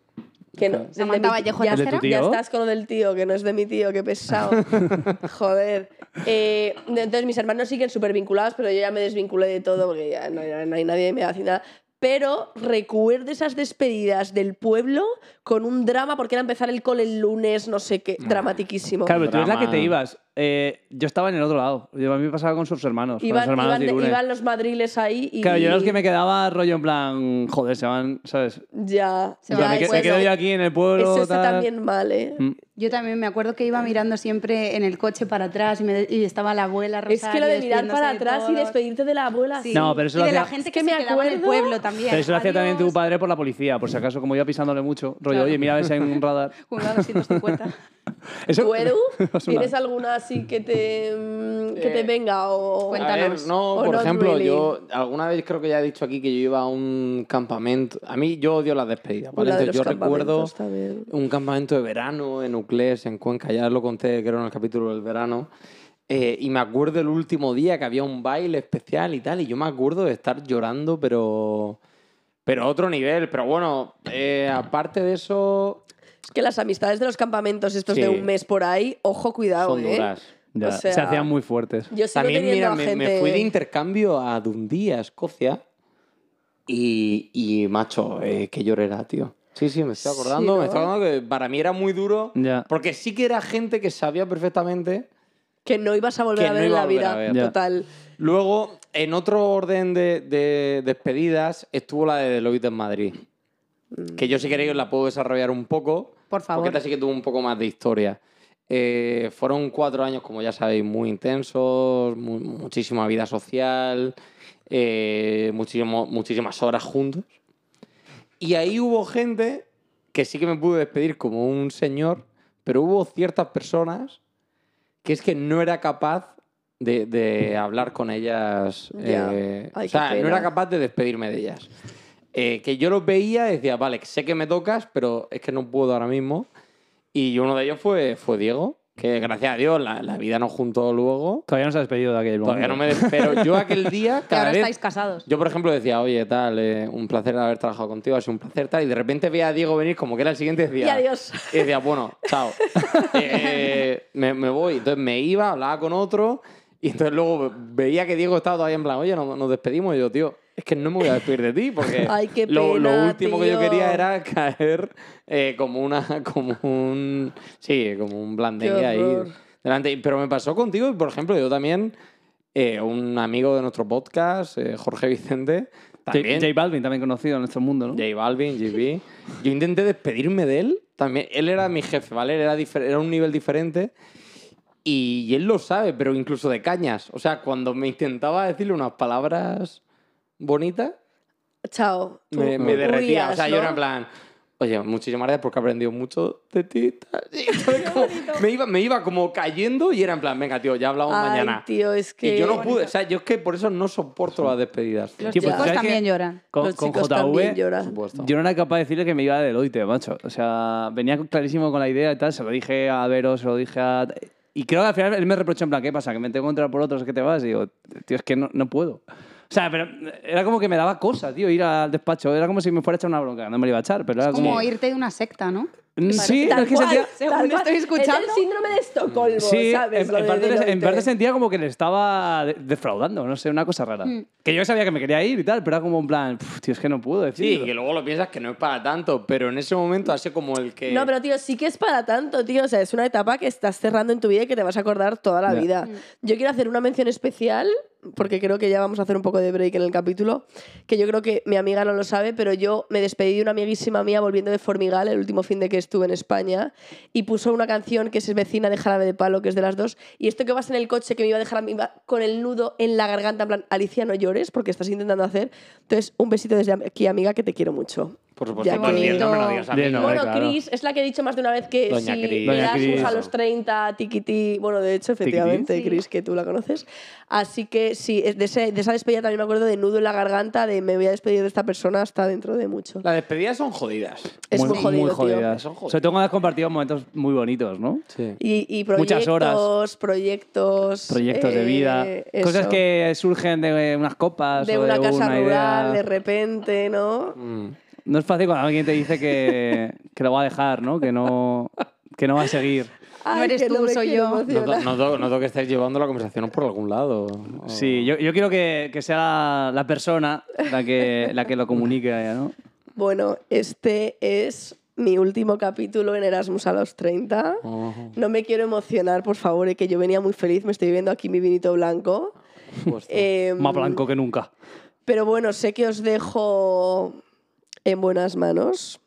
D: Que no,
E: Samantha Vallejo, ¿El
D: ya,
B: de tu
D: ya
B: tío?
D: estás con lo del tío, que no es de mi tío, qué
B: (laughs)
D: pesado. Joder. Eh, entonces mis hermanos siguen súper vinculados, pero yo ya me desvinculé de todo porque ya no, hay- no hay nadie que me hace nada. Pero recuerdo esas despedidas del pueblo con un drama, porque era empezar el cole el lunes, no sé qué, dramatiquísimo.
B: Claro, pero tú eres la que
C: Drama.
B: te ibas. Eh, yo estaba en el otro lado. Yo, a mí me pasaba con sus hermanos. con
D: Iban,
B: los hermanos
D: iban-
B: de Irune.
D: iban los madriles ahí y...
B: Claro, yo era el que me quedaba rollo en plan, joder, se van, ¿sabes?
D: Ya.
E: Se
B: En plan,
E: va
B: me,
E: el
B: que- me
E: pueblo.
B: quedo yo aquí en el pueblo.
D: Eso está
B: tal.
D: también mal, ¿eh?
B: Mm.
E: Yo también me acuerdo que iba mirando siempre en el coche para atrás y, me- y estaba la abuela Rosario.
D: Es que lo de mirar
E: despidiéndose
D: para
E: de
D: atrás y
E: todos.
D: despedirte de la abuela.
E: Sí.
B: No, pero eso
E: y
B: lo
E: de la
B: hacía-
E: gente
D: Es
E: que,
D: que
E: me
D: me
E: quedaba en el
D: acuerdo-
E: pueblo también.
B: Pero eso lo hacía también tu
E: Adiós. (laughs)
B: padre por la policía, por si acaso, como iba pisándole mucho. Rollo,
E: Claro.
B: oye, mira a ver si hay un
D: (laughs)
B: radar.
E: Como
B: (laughs)
E: la 250.
B: Eso-
C: (laughs)
D: ¿Tú, Edu?
B: Os suena.
D: ¿Tienes alguna así que te, mm, que te
C: Eh,
D: venga? O...
E: cuenta.
C: A ver,
E: Cuéntanos.
C: no,
D: O
C: por
D: not
C: ejemplo,
D: really.
C: yo alguna vez creo que ya he dicho aquí que yo iba a un campamento. A mí yo odio las despedidas. ¿vale?
D: La de
C: Entonces, yo
D: los
C: recuerdo
D: campamentos también.
C: un campamento de verano en Uclés, en Cuenca, ya lo conté, creo, en el capítulo del verano. Eh, y me acuerdo el último día que había un baile especial y tal, y yo me acuerdo de estar llorando, pero. Pero a otro nivel. Pero bueno, eh, aparte de eso.
D: Es que las amistades de los campamentos, estos de
C: Sí.
D: un mes por ahí, ojo, cuidado,
C: Son
D: ¿eh?
C: duras.
B: Ya,
D: O sea,
B: se hacían muy fuertes.
D: Yo sigo
C: También,
D: teniendo
C: mira,
D: a
C: me,
D: gente...
C: me fui de intercambio a Dundee, a Escocia. Y, y, macho, eh, qué llorera, tío. Sí, sí, me estoy acordando.
D: Sí, ¿no?
C: Me estoy acordando que para mí era muy duro.
B: Ya.
C: Porque sí que era gente que sabía perfectamente.
D: que no ibas a volver
C: Que
D: a
C: no
D: ver en
C: iba a
D: la
C: volver a
D: vida.
C: ver.
B: Ya.
D: Total.
C: Luego, en otro orden de, de despedidas, estuvo la de Deloitte en Madrid. Que yo, si queréis, la puedo desarrollar un poco.
E: Por favor.
C: Porque esta sí que tuvo un poco más de historia. Eh, fueron cuatro años, como ya sabéis, muy intensos, mu- muchísima vida social, eh, muchísimo- muchísimas horas juntos. Y ahí hubo gente que sí que me pude despedir como un señor, pero hubo ciertas personas que es que no era capaz de, de hablar con ellas.
D: Ya.
C: eh,
D: Ay,
C: o sea,
D: qué
C: no era
D: pena.
C: capaz de despedirme de ellas. Eh, que yo los veía y decía, vale, sé que me tocas, pero es que no puedo ahora mismo. Y uno de ellos fue, fue Diego, que gracias a Dios la, la vida nos juntó luego.
B: Todavía no se ha despedido de aquel momento.
C: Todavía no me despero. Yo aquel día,
E: Que
C: cada
E: ahora
C: vez
E: estáis casados.
C: yo, por ejemplo, decía, oye, tal, eh, un placer haber trabajado contigo, ha sido un placer, tal. Y de repente veía a Diego venir como que era el siguiente día.
D: Y adiós.
C: Y decía, bueno,
D: (laughs)
C: chao. Eh, me, me voy. Entonces me iba, hablaba con otro. Y entonces luego veía que Diego estaba todavía en plan, oye, no- nos despedimos. Y yo, tío, es que no me voy a despedir de ti porque
D: (laughs) Ay, qué
C: lo, lo
D: pena,
C: último que yo
D: tío.
C: quería era (laughs) caer eh, como una, como un, sí, como un blandengue
D: Qué
C: ahí
D: horror.
C: delante. Pero me pasó contigo y, por ejemplo, yo también, eh, un amigo de nuestro podcast, eh, Jorge Vicente,
B: J-
C: también.
B: J Balvin, también conocido en nuestro mundo, ¿no?
C: J Balvin, GB. Yo intenté despedirme de él. También, él era mi jefe, ¿vale? Era, difer- era un nivel diferente. Y, y él lo sabe, pero incluso de cañas. O sea, cuando me intentaba decirle unas palabras bonitas,
D: Chao. Tú
C: me, me derretía.
D: huías,
C: o sea, yo
D: ¿no?
C: era en plan, oye, muchísimas gracias porque he aprendido mucho de ti. tal". Y (laughs) entonces como- me, iba, me iba como cayendo y era en plan, venga, tío, ya hablamos
D: Ay,
C: mañana.
D: tío, es que...
C: y yo no pude. O sea, yo es que por eso no soporto las despedidas.
E: Los
B: Tío,
D: pues,
E: chicos
B: ¿sabes
E: también
B: qué?
E: lloran.
B: Con,
D: Los
B: con
D: chicos
B: JV,
D: también lloran.
C: Por supuesto.
B: yo no era capaz de decirle que me iba de Deloitte, macho. O sea, venía clarísimo con la idea y tal. Se lo dije a Vero, se lo dije a... Y creo que al final él me reprochó en plan, ¿qué pasa? ¿Que me tengo que entrar por otros que te vas? Y digo, tío, es que no, no puedo. O sea, pero era como que me daba cosa, tío, ir al despacho. Era como si me fuera a echar una bronca. No me lo iba a echar, pero era como...
E: Como irte de una secta, ¿no?
B: Mm, Sí,
D: Tal
B: es que
D: cual,
B: sentía...
D: tal
E: según
D: cual.
E: estoy escuchando.
D: Es el síndrome de Estocolmo,
B: Sí,
D: ¿sabes?
B: en,
D: Lo
B: en
D: de
B: parte, en
D: Deloitte.
B: parte sentía como que le estaba de- defraudando, no sé, una cosa rara.
D: Mm.
B: Que yo sabía que me quería ir y tal, pero era como en plan, "Puf, tío, es que no puedo decir.
C: Sí, que luego lo piensas que no es para tanto, pero en ese momento hace como el que...
D: No, pero tío, sí que es para tanto, tío. O sea, es una etapa que estás cerrando en tu vida y que te vas a acordar toda la
B: Ya.
D: vida. Yo quiero hacer una mención especial, porque creo que ya vamos a hacer un poco de break en el capítulo, que yo creo que mi amiga no lo sabe, pero yo me despedí de una amiguísima mía volviendo de Formigal el último fin de que estuve en España y puso una canción que es vecina de Jarabe de Palo, que es de las dos. Y esto que vas en el coche que me iba a dejar a mí iba con el nudo en la garganta, en plan, Alicia, no llores porque estás intentando hacer. Entonces, un besito desde aquí, amiga, que te quiero mucho.
C: Por supuesto,
D: Ya
C: no, ni
D: que-
C: el nombre no digas a mí,
B: Bien,
C: ¿no?
B: hombre,
D: bueno,
B: claro.
D: Cris es la que he dicho más de una vez que
C: Doña
D: si
C: Cris.
D: le
B: Doña
D: das
B: Cris.
D: un a los 30, tiquití, bueno, de hecho, efectivamente,
E: Tiquití.
D: Cris, que tú la conoces. Así que sí, es de, ese- de esa despedida también me acuerdo de nudo en la garganta, de me voy a despedir de esta persona hasta dentro de mucho.
C: Las despedidas son jodidas.
D: es muy, jodido, tío.
B: jodidas.
C: Son jodidas.
B: Sobre todo cuando has compartido momentos muy bonitos, ¿no?
C: Sí.
D: Y, y proyectos,
B: Muchas horas.
D: proyectos...
B: Proyectos de
D: eh,
B: vida, cosas
D: eso.
B: que surgen de unas copas
D: De
B: o
D: una
B: de
D: casa
B: una
D: rural,
B: idea. Mm.
D: de repente, ¿no?
B: No es fácil cuando alguien te dice que, (laughs) que lo va a dejar, ¿no? Que no, que no va a seguir.
E: No eres
D: que
E: tú,
D: me
E: soy
D: quiero
C: No,
E: yo.
D: emocionar.
C: to- no to- noto que estáis llevando la conversación por algún lado. O-
B: Sí, yo, yo quiero que, que sea la persona la que, la que lo comunique, a ella, ¿no?
D: Bueno, este es mi último capítulo en Erasmus a los 30.
B: Oh.
C: Ojo,
D: No me quiero emocionar, por favor, eh, que yo venía muy feliz, me estoy bebiendo aquí mi vinito blanco. (laughs)
C: puesto.
D: Eh,
B: Más blanco que nunca.
D: Pero bueno, sé que os dejo en buenas manos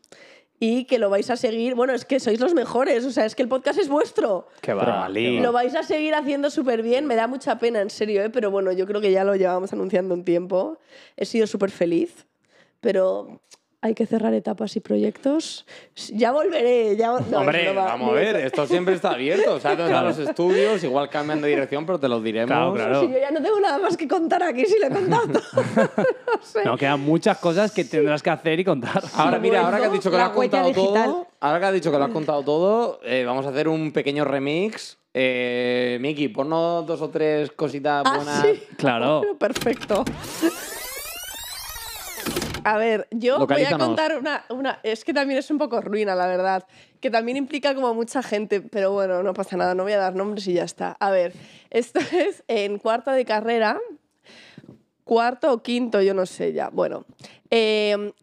D: y que lo vais a seguir. Bueno, es que sois los mejores, o sea, es que el podcast es vuestro.
B: Qué
C: va, qué
D: Lo vais a seguir haciendo súper bien, me da mucha pena, en serio, ¿eh? pero bueno, yo creo que ya lo llevábamos anunciando un tiempo. He sido súper feliz, pero hay que cerrar etapas y proyectos. Ya volveré, ya... vol- no, es
C: Hombre,
D: broma,
C: vamos a
D: ni de
C: ver, esto siempre está abierto. O sea, te dan los estudios, igual cambian de dirección, pero te los diremos.
B: Claro, claro.
D: Si yo ya no tengo nada más que contar aquí, si lo he contado todo. no sé.
B: No, quedan muchas cosas que tendrás que hacer y contar.
C: Ahora, mira,
D: Pues
C: ahora que has dicho que lo
E: la
C: has
E: huella
C: contado
E: digital.
C: todo, ahora que has dicho que lo has contado todo, eh, vamos a hacer un pequeño remix Eh, Miki, ponnos dos o tres cositas
D: Ah,
C: buenas.
D: sí.
B: (laughs)
D: (laughs)
B: Claro.
D: Bueno, perfecto. A ver, yo voy a
C: Localízanos.
D: contar una, una- Es que también es un poco ruina, la verdad. Que también implica como mucha gente, pero bueno, no pasa nada, no voy a dar nombres y ya está. A ver, esto (laughs) es en cuarta de carrera, cuarto o quinto, yo no sé ya. Bueno, eh,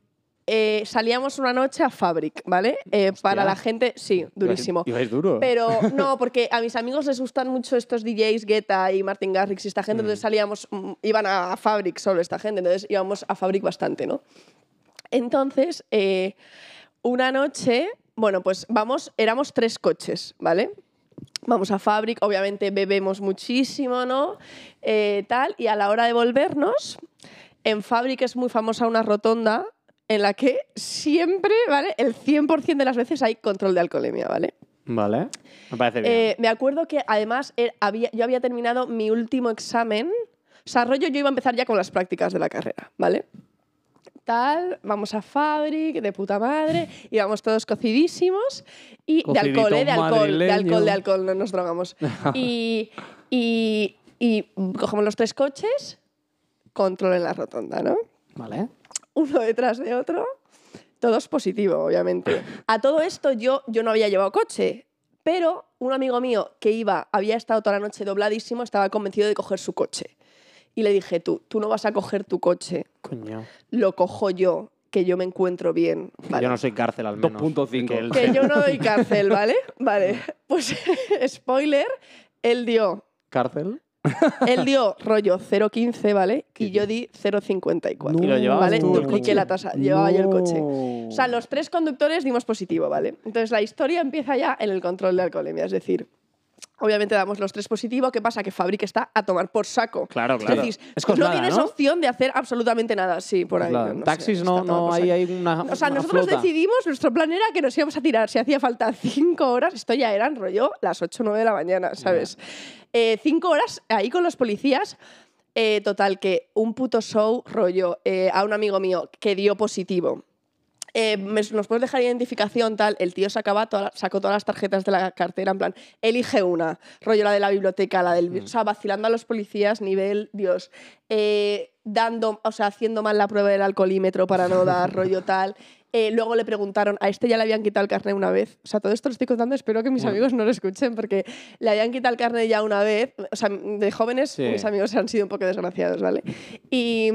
D: eh, salíamos una noche a Fabric, ¿vale? Eh, para la gente, sí, durísimo.
C: Ibais duro.
D: Pero no, porque a mis amigos les gustan mucho estos DJs, Guetta y Martin Garrix y esta gente, entonces salíamos, mm, iban a, a Fabric solo esta gente, entonces íbamos a Fabric bastante, ¿no? Entonces, eh, una noche, bueno, pues vamos, éramos tres coches, ¿vale? Vamos a Fabric, obviamente bebemos muchísimo, ¿no? Eh, tal, y a la hora de volvernos, en Fabric es muy famosa una rotonda en la que siempre, ¿vale? El 100% de las veces hay control de alcoholemia, ¿vale?
C: Vale. Me parece bien.
D: Eh, me acuerdo que además eh, había, yo había terminado mi último examen. O sea, rollo, yo iba a empezar ya con las prácticas de la carrera, ¿vale? Tal, vamos a Fabric, de puta madre, íbamos todos cocidísimos y de
B: Cocidito
D: alcohol, ¿eh? de alcohol, de
B: madrileño.
D: alcohol, de alcohol, no
C: (laughs)
D: nos drogamos. Y, y, y cogemos los tres coches, control en la rotonda, ¿no?
C: Vale.
D: uno detrás de otro. Todo es positivo, obviamente. A todo esto yo, yo no había llevado coche, pero un amigo mío que iba, había estado toda la noche dobladísimo, estaba convencido de coger su coche. Y le dije, tú, tú no vas a coger tu coche,
C: Coño.
D: lo cojo yo, que yo me encuentro bien. ¿vale?
C: Yo no soy cárcel al menos.
B: 2.5.
C: Que él-
D: Que yo
C: (laughs)
D: no doy cárcel, ¿vale? Vale, pues (laughs) spoiler, él dio,
C: ¿Cárcel?
D: él dio rollo 0,15, ¿vale? Y yo di 0,54.
C: ¿Y lo llevabas
D: ¿Vale?
C: tú el
D: Dupliqué
C: coche?
D: la tasa, llevaba yo el coche.
B: No.
D: O sea, los tres conductores dimos positivo, ¿vale? Entonces la historia empieza ya en el control de alcoholemia, es decir, obviamente damos los tres positivo, ¿qué pasa? Que Fabric está a tomar por saco.
C: Claro,
D: Es
C: claro.
D: decir, pues
C: Es
D: no
C: Coslada,
D: tienes
C: ¿no?
D: opción de hacer absolutamente nada, sí, por ahí.
C: Claro.
D: no sé,
C: Taxis
D: está
C: no,
D: a tomar
C: no
D: por
C: hay,
D: saco.
C: hay una.
D: O sea,
C: una
D: nosotros
C: flota.
D: decidimos, nuestro plan era que nos íbamos a tirar. Si hacía falta cinco horas, esto ya eran rollo las 8 o 9 de la mañana, ¿sabes? Eh, cinco horas ahí con los policías. Eh, total, que un puto show rollo eh, a un amigo mío que dio positivo. Eh, me- nos puedes dejar identificación, tal. El tío sacaba toda la- sacó todas las tarjetas de la cartera, en plan, elige una. Rollo la de la biblioteca, la del. O sea, vacilando a los policías, nivel, Dios. Eh, dando, o sea, haciendo mal la prueba del alcoholímetro para no dar rollo tal. Eh, luego le preguntaron, a este ya le habían quitado el carnet una vez. O sea, todo esto lo estoy contando, espero que mis amigos no lo escuchen, porque le habían quitado el carnet ya una vez. O sea, de jóvenes,
C: Sí.
D: mis amigos han sido un poco desgraciados, ¿vale? Y,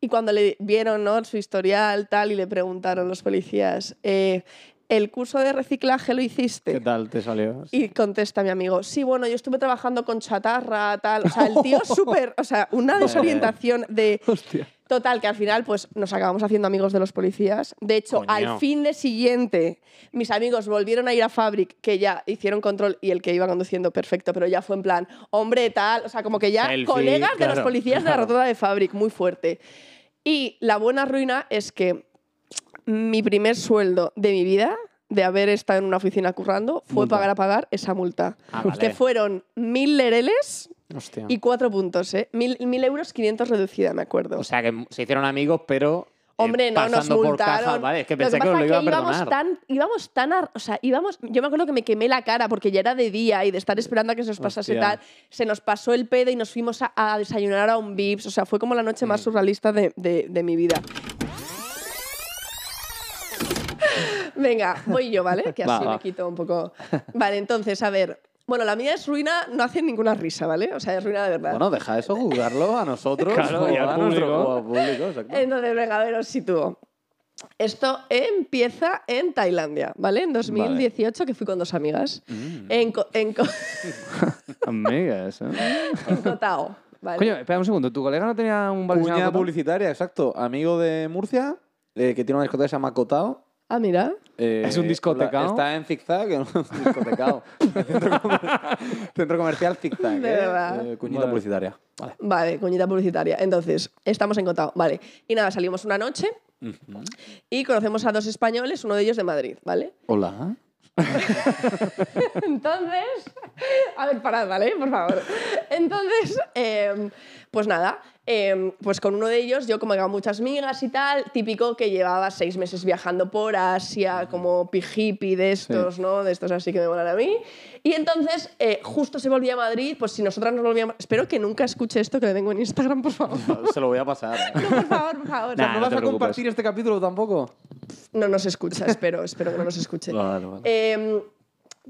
D: y cuando le vieron ¿no? su historial, tal, y le preguntaron los policías, eh, ¿el curso de reciclaje lo hiciste?
C: ¿Qué tal te salió?
D: Y contesta mi amigo, sí, bueno, yo estuve trabajando con chatarra, tal. O sea, el
C: (laughs)
D: tío es súper, o sea, una desorientación de...
B: Hostia.
D: Total, que al final pues nos acabamos haciendo amigos de los policías. De hecho,
C: Coño.
D: al fin de siguiente, mis amigos volvieron a ir a Fabric, que ya hicieron control y el que iba conduciendo perfecto, pero ya fue en plan, hombre, tal, o sea, como que ya
C: Selfie,
D: colegas de los
C: claro,
D: policías de la rotonda de Fabric, muy fuerte. Y la buena ruina es que mi primer sueldo de mi vida de haber estado en una oficina currando fue
C: Multa.
D: pagar a pagar esa multa.
C: Ah, vale.
D: Que fueron mil lereles
C: Hostia.
D: y cuatro puntos, ¿eh? Mil, mil euros 500 reducida, me acuerdo.
C: O sea, que se hicieron amigos, pero. eh,
D: Hombre, no nos
C: pasando por
D: multaron.
C: cajas, vale, es que
D: Lo
C: pensé que,
D: pasa
C: os lo
D: es
C: iban a
D: íbamos
C: perdonar.
D: tan, íbamos tan, ar- o sea, íbamos, yo me acuerdo que me quemé la cara porque ya era de día y de estar esperando a que se nos pasase
C: Hostia.
D: tal, se nos pasó el pedo y nos fuimos a, a desayunar a un Vips, o sea, fue como la noche
C: Mm.
D: más surrealista de, de- de mi vida. Venga, voy yo, ¿vale?
C: (laughs)
D: Que
C: Va,
D: así
C: va.
D: me quito un poco. Vale, entonces, a ver. Bueno, la mía es ruina, no hacen ninguna risa, ¿vale? O sea, es ruina de verdad.
C: Bueno, deja eso, juzgarlo a nosotros
B: Claro, y
C: o
B: al
C: a nuestro-
B: público.
C: o al público, exacto.
D: Entonces, venga, a ver, os sitúo. Esto empieza en Tailandia, ¿vale? En 2018, que fui con dos amigas. En, Co- en, Co- (laughs)
C: (laughs)
B: Amigas, ¿eh?
D: en Koh Tao, ¿vale?
B: Coño, espera un segundo. ¿Tu colega no tenía un valenciano
C: Cuña
B: total?
C: publicitaria, exacto. Amigo de Murcia, eh, que tiene una discoteca que se llama Cotao.
D: Ah, mira.
C: Eh,
B: ¿Es un discotecao?
C: la- Está en zigzag, en un discotecao. centro, comer- centro comercial zigzag.
D: De
C: eh.
D: verdad.
C: Eh, cuñita
B: Vale.
C: publicitaria. Vale.
D: Vale, coñita publicitaria. Entonces, estamos en Koh Tao, ¿vale? Y nada, salimos una noche y conocemos a dos españoles, uno de ellos de Madrid, ¿vale?
C: Hola.
D: Entonces, a ver, parad, ¿vale? Por favor. Entonces, eh, pues nada, eh, pues con uno de ellos yo como llevaba muchas migas y tal, típico que llevaba seis meses viajando por Asia, como pijipi de estos, ¿no? De estos así que me molan a mí. Y entonces, eh, justo se volvía a Madrid, pues si nosotras nos volvíamos... Espero que nunca escuche esto que le tengo en Instagram, por favor.
C: (laughs)
F: Se lo voy a pasar. ¿eh?
D: No, por favor, por favor.
B: Nah,
F: ¿No
B: no
F: vas
B: te
F: a
B: preocupes.
F: compartir este capítulo tampoco?
D: No nos escucha, espero, espero que no nos escuche.
F: Vale, vale.
D: Eh,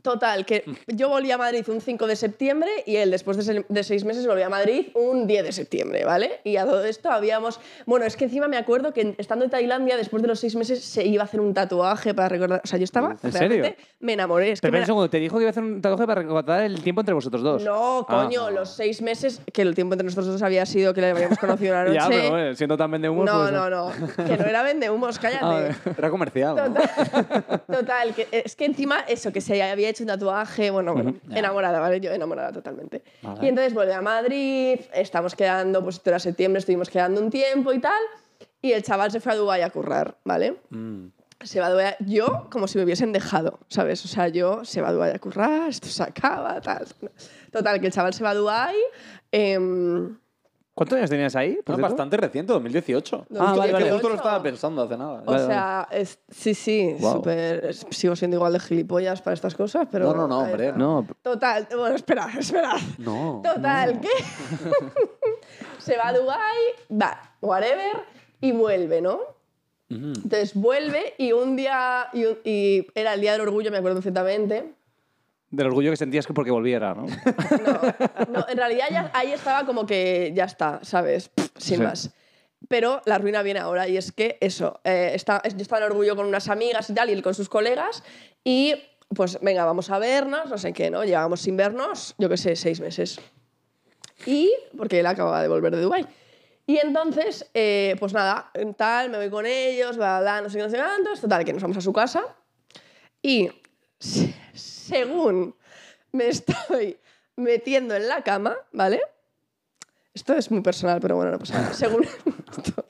D: total, que
B: Mm.
D: yo volví a Madrid un 5 de septiembre y él después de, se- de seis meses volvió a Madrid un 10 de septiembre, ¿vale? Y a todo esto habíamos... Bueno, es que encima me acuerdo que estando en Tailandia, después de los seis meses, se iba a hacer un tatuaje para recordar... O sea, yo estaba...
B: ¿En
D: realmente
B: serio?
D: Me enamoré. Es que
B: Pero
D: me
B: espera un
D: ena-
B: segundo, te dijo que iba a hacer un tatuaje para recortar el tiempo entre vosotros dos.
D: No,
B: Ah.
D: coño, los seis meses, que el tiempo entre nosotros dos había sido que le habíamos conocido una
B: (laughs)
D: noche.
B: Ya, pero bueno, siendo tan vendehumos...
D: no,
B: pues,
D: no, no, que no era vendehumos,
B: (laughs) A
D: cállate.
B: ver.
F: Era comercial. ¿no?
D: Total, (laughs) total, que eh, es que encima eso, que se había hecho un tatuaje, bueno, bueno, enamorada, ¿vale? Yo enamorada totalmente. Y entonces vuelve a Madrid, estamos quedando, pues esto era septiembre, estuvimos quedando un tiempo y tal, y el chaval se fue a Dubái a currar, ¿vale?
F: Mm.
D: Se va a Dubái, yo como si me hubiesen dejado, ¿sabes? O sea, yo se va a Dubái a currar, (laughs) esto se acaba, tal. Total, que el chaval se va a Dubái. em,
B: ¿Cuántos años tenías ahí? por
F: No,
B: cierto?
F: bastante reciente, 2018.
D: Ah, vale,
F: Es
D: vale.
F: que justo lo estaba pensando hace nada. ¿eh?
D: o sea, es- sí, sí,
F: Guau.
D: súper- es- sigo siendo igual de gilipollas para estas cosas, pero...
F: no, no,
D: bueno,
F: no,
D: ahí
F: hombre.
D: está.
B: No,
D: Total, bueno, espera, espera.
F: No.
D: Total, que (laughs) se va a Dubái, va, whatever, y vuelve, ¿no? Entonces vuelve y un día, y, un- y era el día del orgullo, me acuerdo perfectamente.
B: del orgullo que sentías que porque volviera,
D: (laughs)
B: ¿no?
D: No, no, en realidad ya, ahí estaba como que ya está, ¿sabes? Pff, sin
B: Sí.
D: más. Pero la ruina viene ahora y es que eso, eh, está, es- yo estaba en orgullo con unas amigas y tal, y él con sus colegas, y pues venga, vamos a vernos, no sé qué, ¿no? Llevábamos sin vernos, yo qué sé, seis meses. Y, porque él acababa de volver de Dubái. Y entonces, eh, pues nada, tal, me voy con ellos, bla, bla, bla, no sé qué, no sé cuántos, total, que nos vamos a su casa. Y se- según me estoy metiendo en la cama, ¿vale? Esto es muy personal, pero bueno, no pasa nada. Según, (laughs) esto-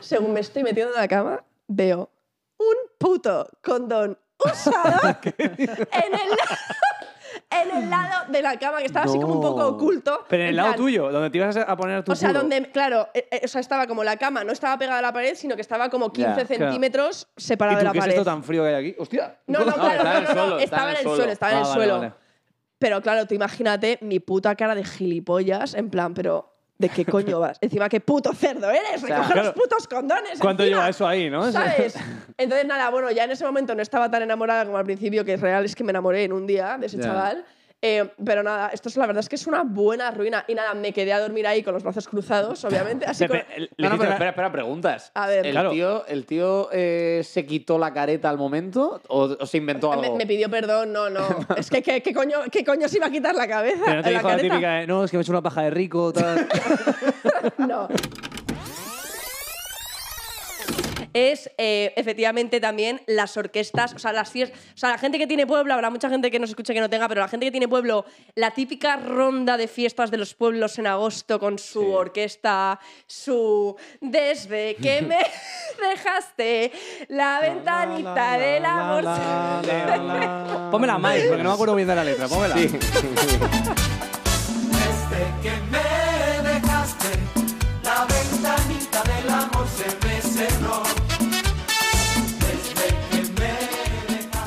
D: según me estoy metiendo en la cama, veo un puto condón usado
B: (laughs)
D: en el, en el lado de la cama, que estaba así como un poco
F: No.
D: oculto.
B: Pero en el lado
D: plan,
B: tuyo, donde te ibas a a poner tu
D: o sea,
B: culo.
D: donde, claro, eh, eh, o sea, estaba como la cama, no estaba pegada a la pared, sino que estaba como 15
F: Ya,
B: claro.
D: centímetros
B: ¿Y
D: separada de
B: tú
D: la
B: qué es
D: pared.
B: esto tan frío que hay aquí? ¡Hostia!
D: No,
B: (laughs)
D: no, claro,
F: estaba en
D: no,
F: el
D: no, no,
F: suelo,
D: estaba en el suelo, estaba en
B: Ah,
D: el
B: vale,
D: suelo.
B: vale.
D: Pero claro, tú imagínate mi puta cara de gilipollas, en plan, pero ¿de
B: (laughs)
D: qué coño vas? Encima, qué puto cerdo eres, recoge
B: claro.
D: los putos condones.
B: ¿Cuánto
D: encima,
B: lleva eso ahí, no? (laughs)
D: ¿Sabes? Entonces, nada, bueno, ya en ese momento no estaba tan enamorada como al principio, que es real, es que me enamoré en un día de ese
F: Ya.
D: chaval. Eh, pero nada, esto es la verdad es que es una buena ruina. Y nada, me quedé a dormir ahí con los brazos cruzados, obviamente. Así
B: Pepe,
F: No,
B: le
D: con-
F: no,
B: hiciste
F: pero
B: la-
F: espera, espera, preguntas.
D: A ver.
F: ¿El
B: Claro.
F: tío, el tío eh, se quitó la careta al momento o, o se inventó
D: me,
F: algo?
D: me pidió perdón, no,
B: (laughs)
D: no. es que, ¿qué, qué coño, ¿qué coño se iba a quitar (laughs) la cabeza?
B: Pero no te
D: la
B: dijo la
D: careta?
B: típica de, no, es que me he hecho una paja de rico,
D: (laughs)
B: tal.
D: No. Es eh, efectivamente también las orquestas, o sea, las fiestas. O sea, la gente que tiene pueblo, habrá mucha gente que nos escuche que no tenga, pero la gente que tiene pueblo, la típica ronda de fiestas de los pueblos en agosto con su orquesta, su. Desde que (laughs) me dejaste la ventanita del amor.
B: Ponme la Mike, porque no me acuerdo bien de la letra, pónmela.
F: Sí.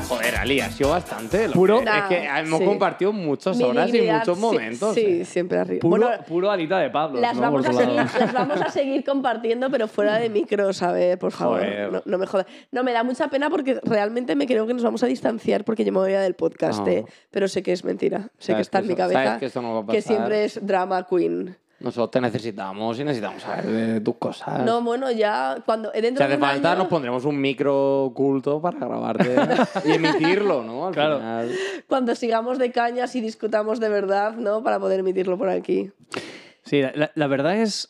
C: Joder, Ali, ha sido bastante. lo
B: Puro-
C: que-
D: Nah,
C: es que hemos
D: sí.
C: compartido muchas horas y muchos momentos. eh.
D: siempre arriba.
B: Puro, puro alita de Pablo.
D: Las
B: ¿no?
D: vamos,
B: Por
D: a
B: tu lado.
D: seguir, las vamos a seguir compartiendo, pero fuera de micros, a ver, por favor.
F: Joder.
D: No, no me jodas. No, me da mucha pena porque realmente me creo que nos vamos a distanciar porque yo me voy a del podcast,
F: No.
D: eh, pero sé que es mentira. Sé
F: Sabes
D: que está
F: que
D: en mi
F: eso-
D: cabeza
F: sabes que eso no va a
D: que
F: pasar.
D: siempre es drama queen.
F: Nosotros te necesitamos y necesitamos saber de tus cosas.
D: No, bueno, ya cuando eh, dentro
F: Ah. si
D: de
F: hace
D: un
F: falta,
D: año-
F: nos pondremos un micro oculto para grabarte y emitirlo, ¿no? Al
B: Claro.
F: final.
D: cuando sigamos de cañas y discutamos de verdad, ¿no? Para poder emitirlo por aquí.
B: Sí, la, la verdad es.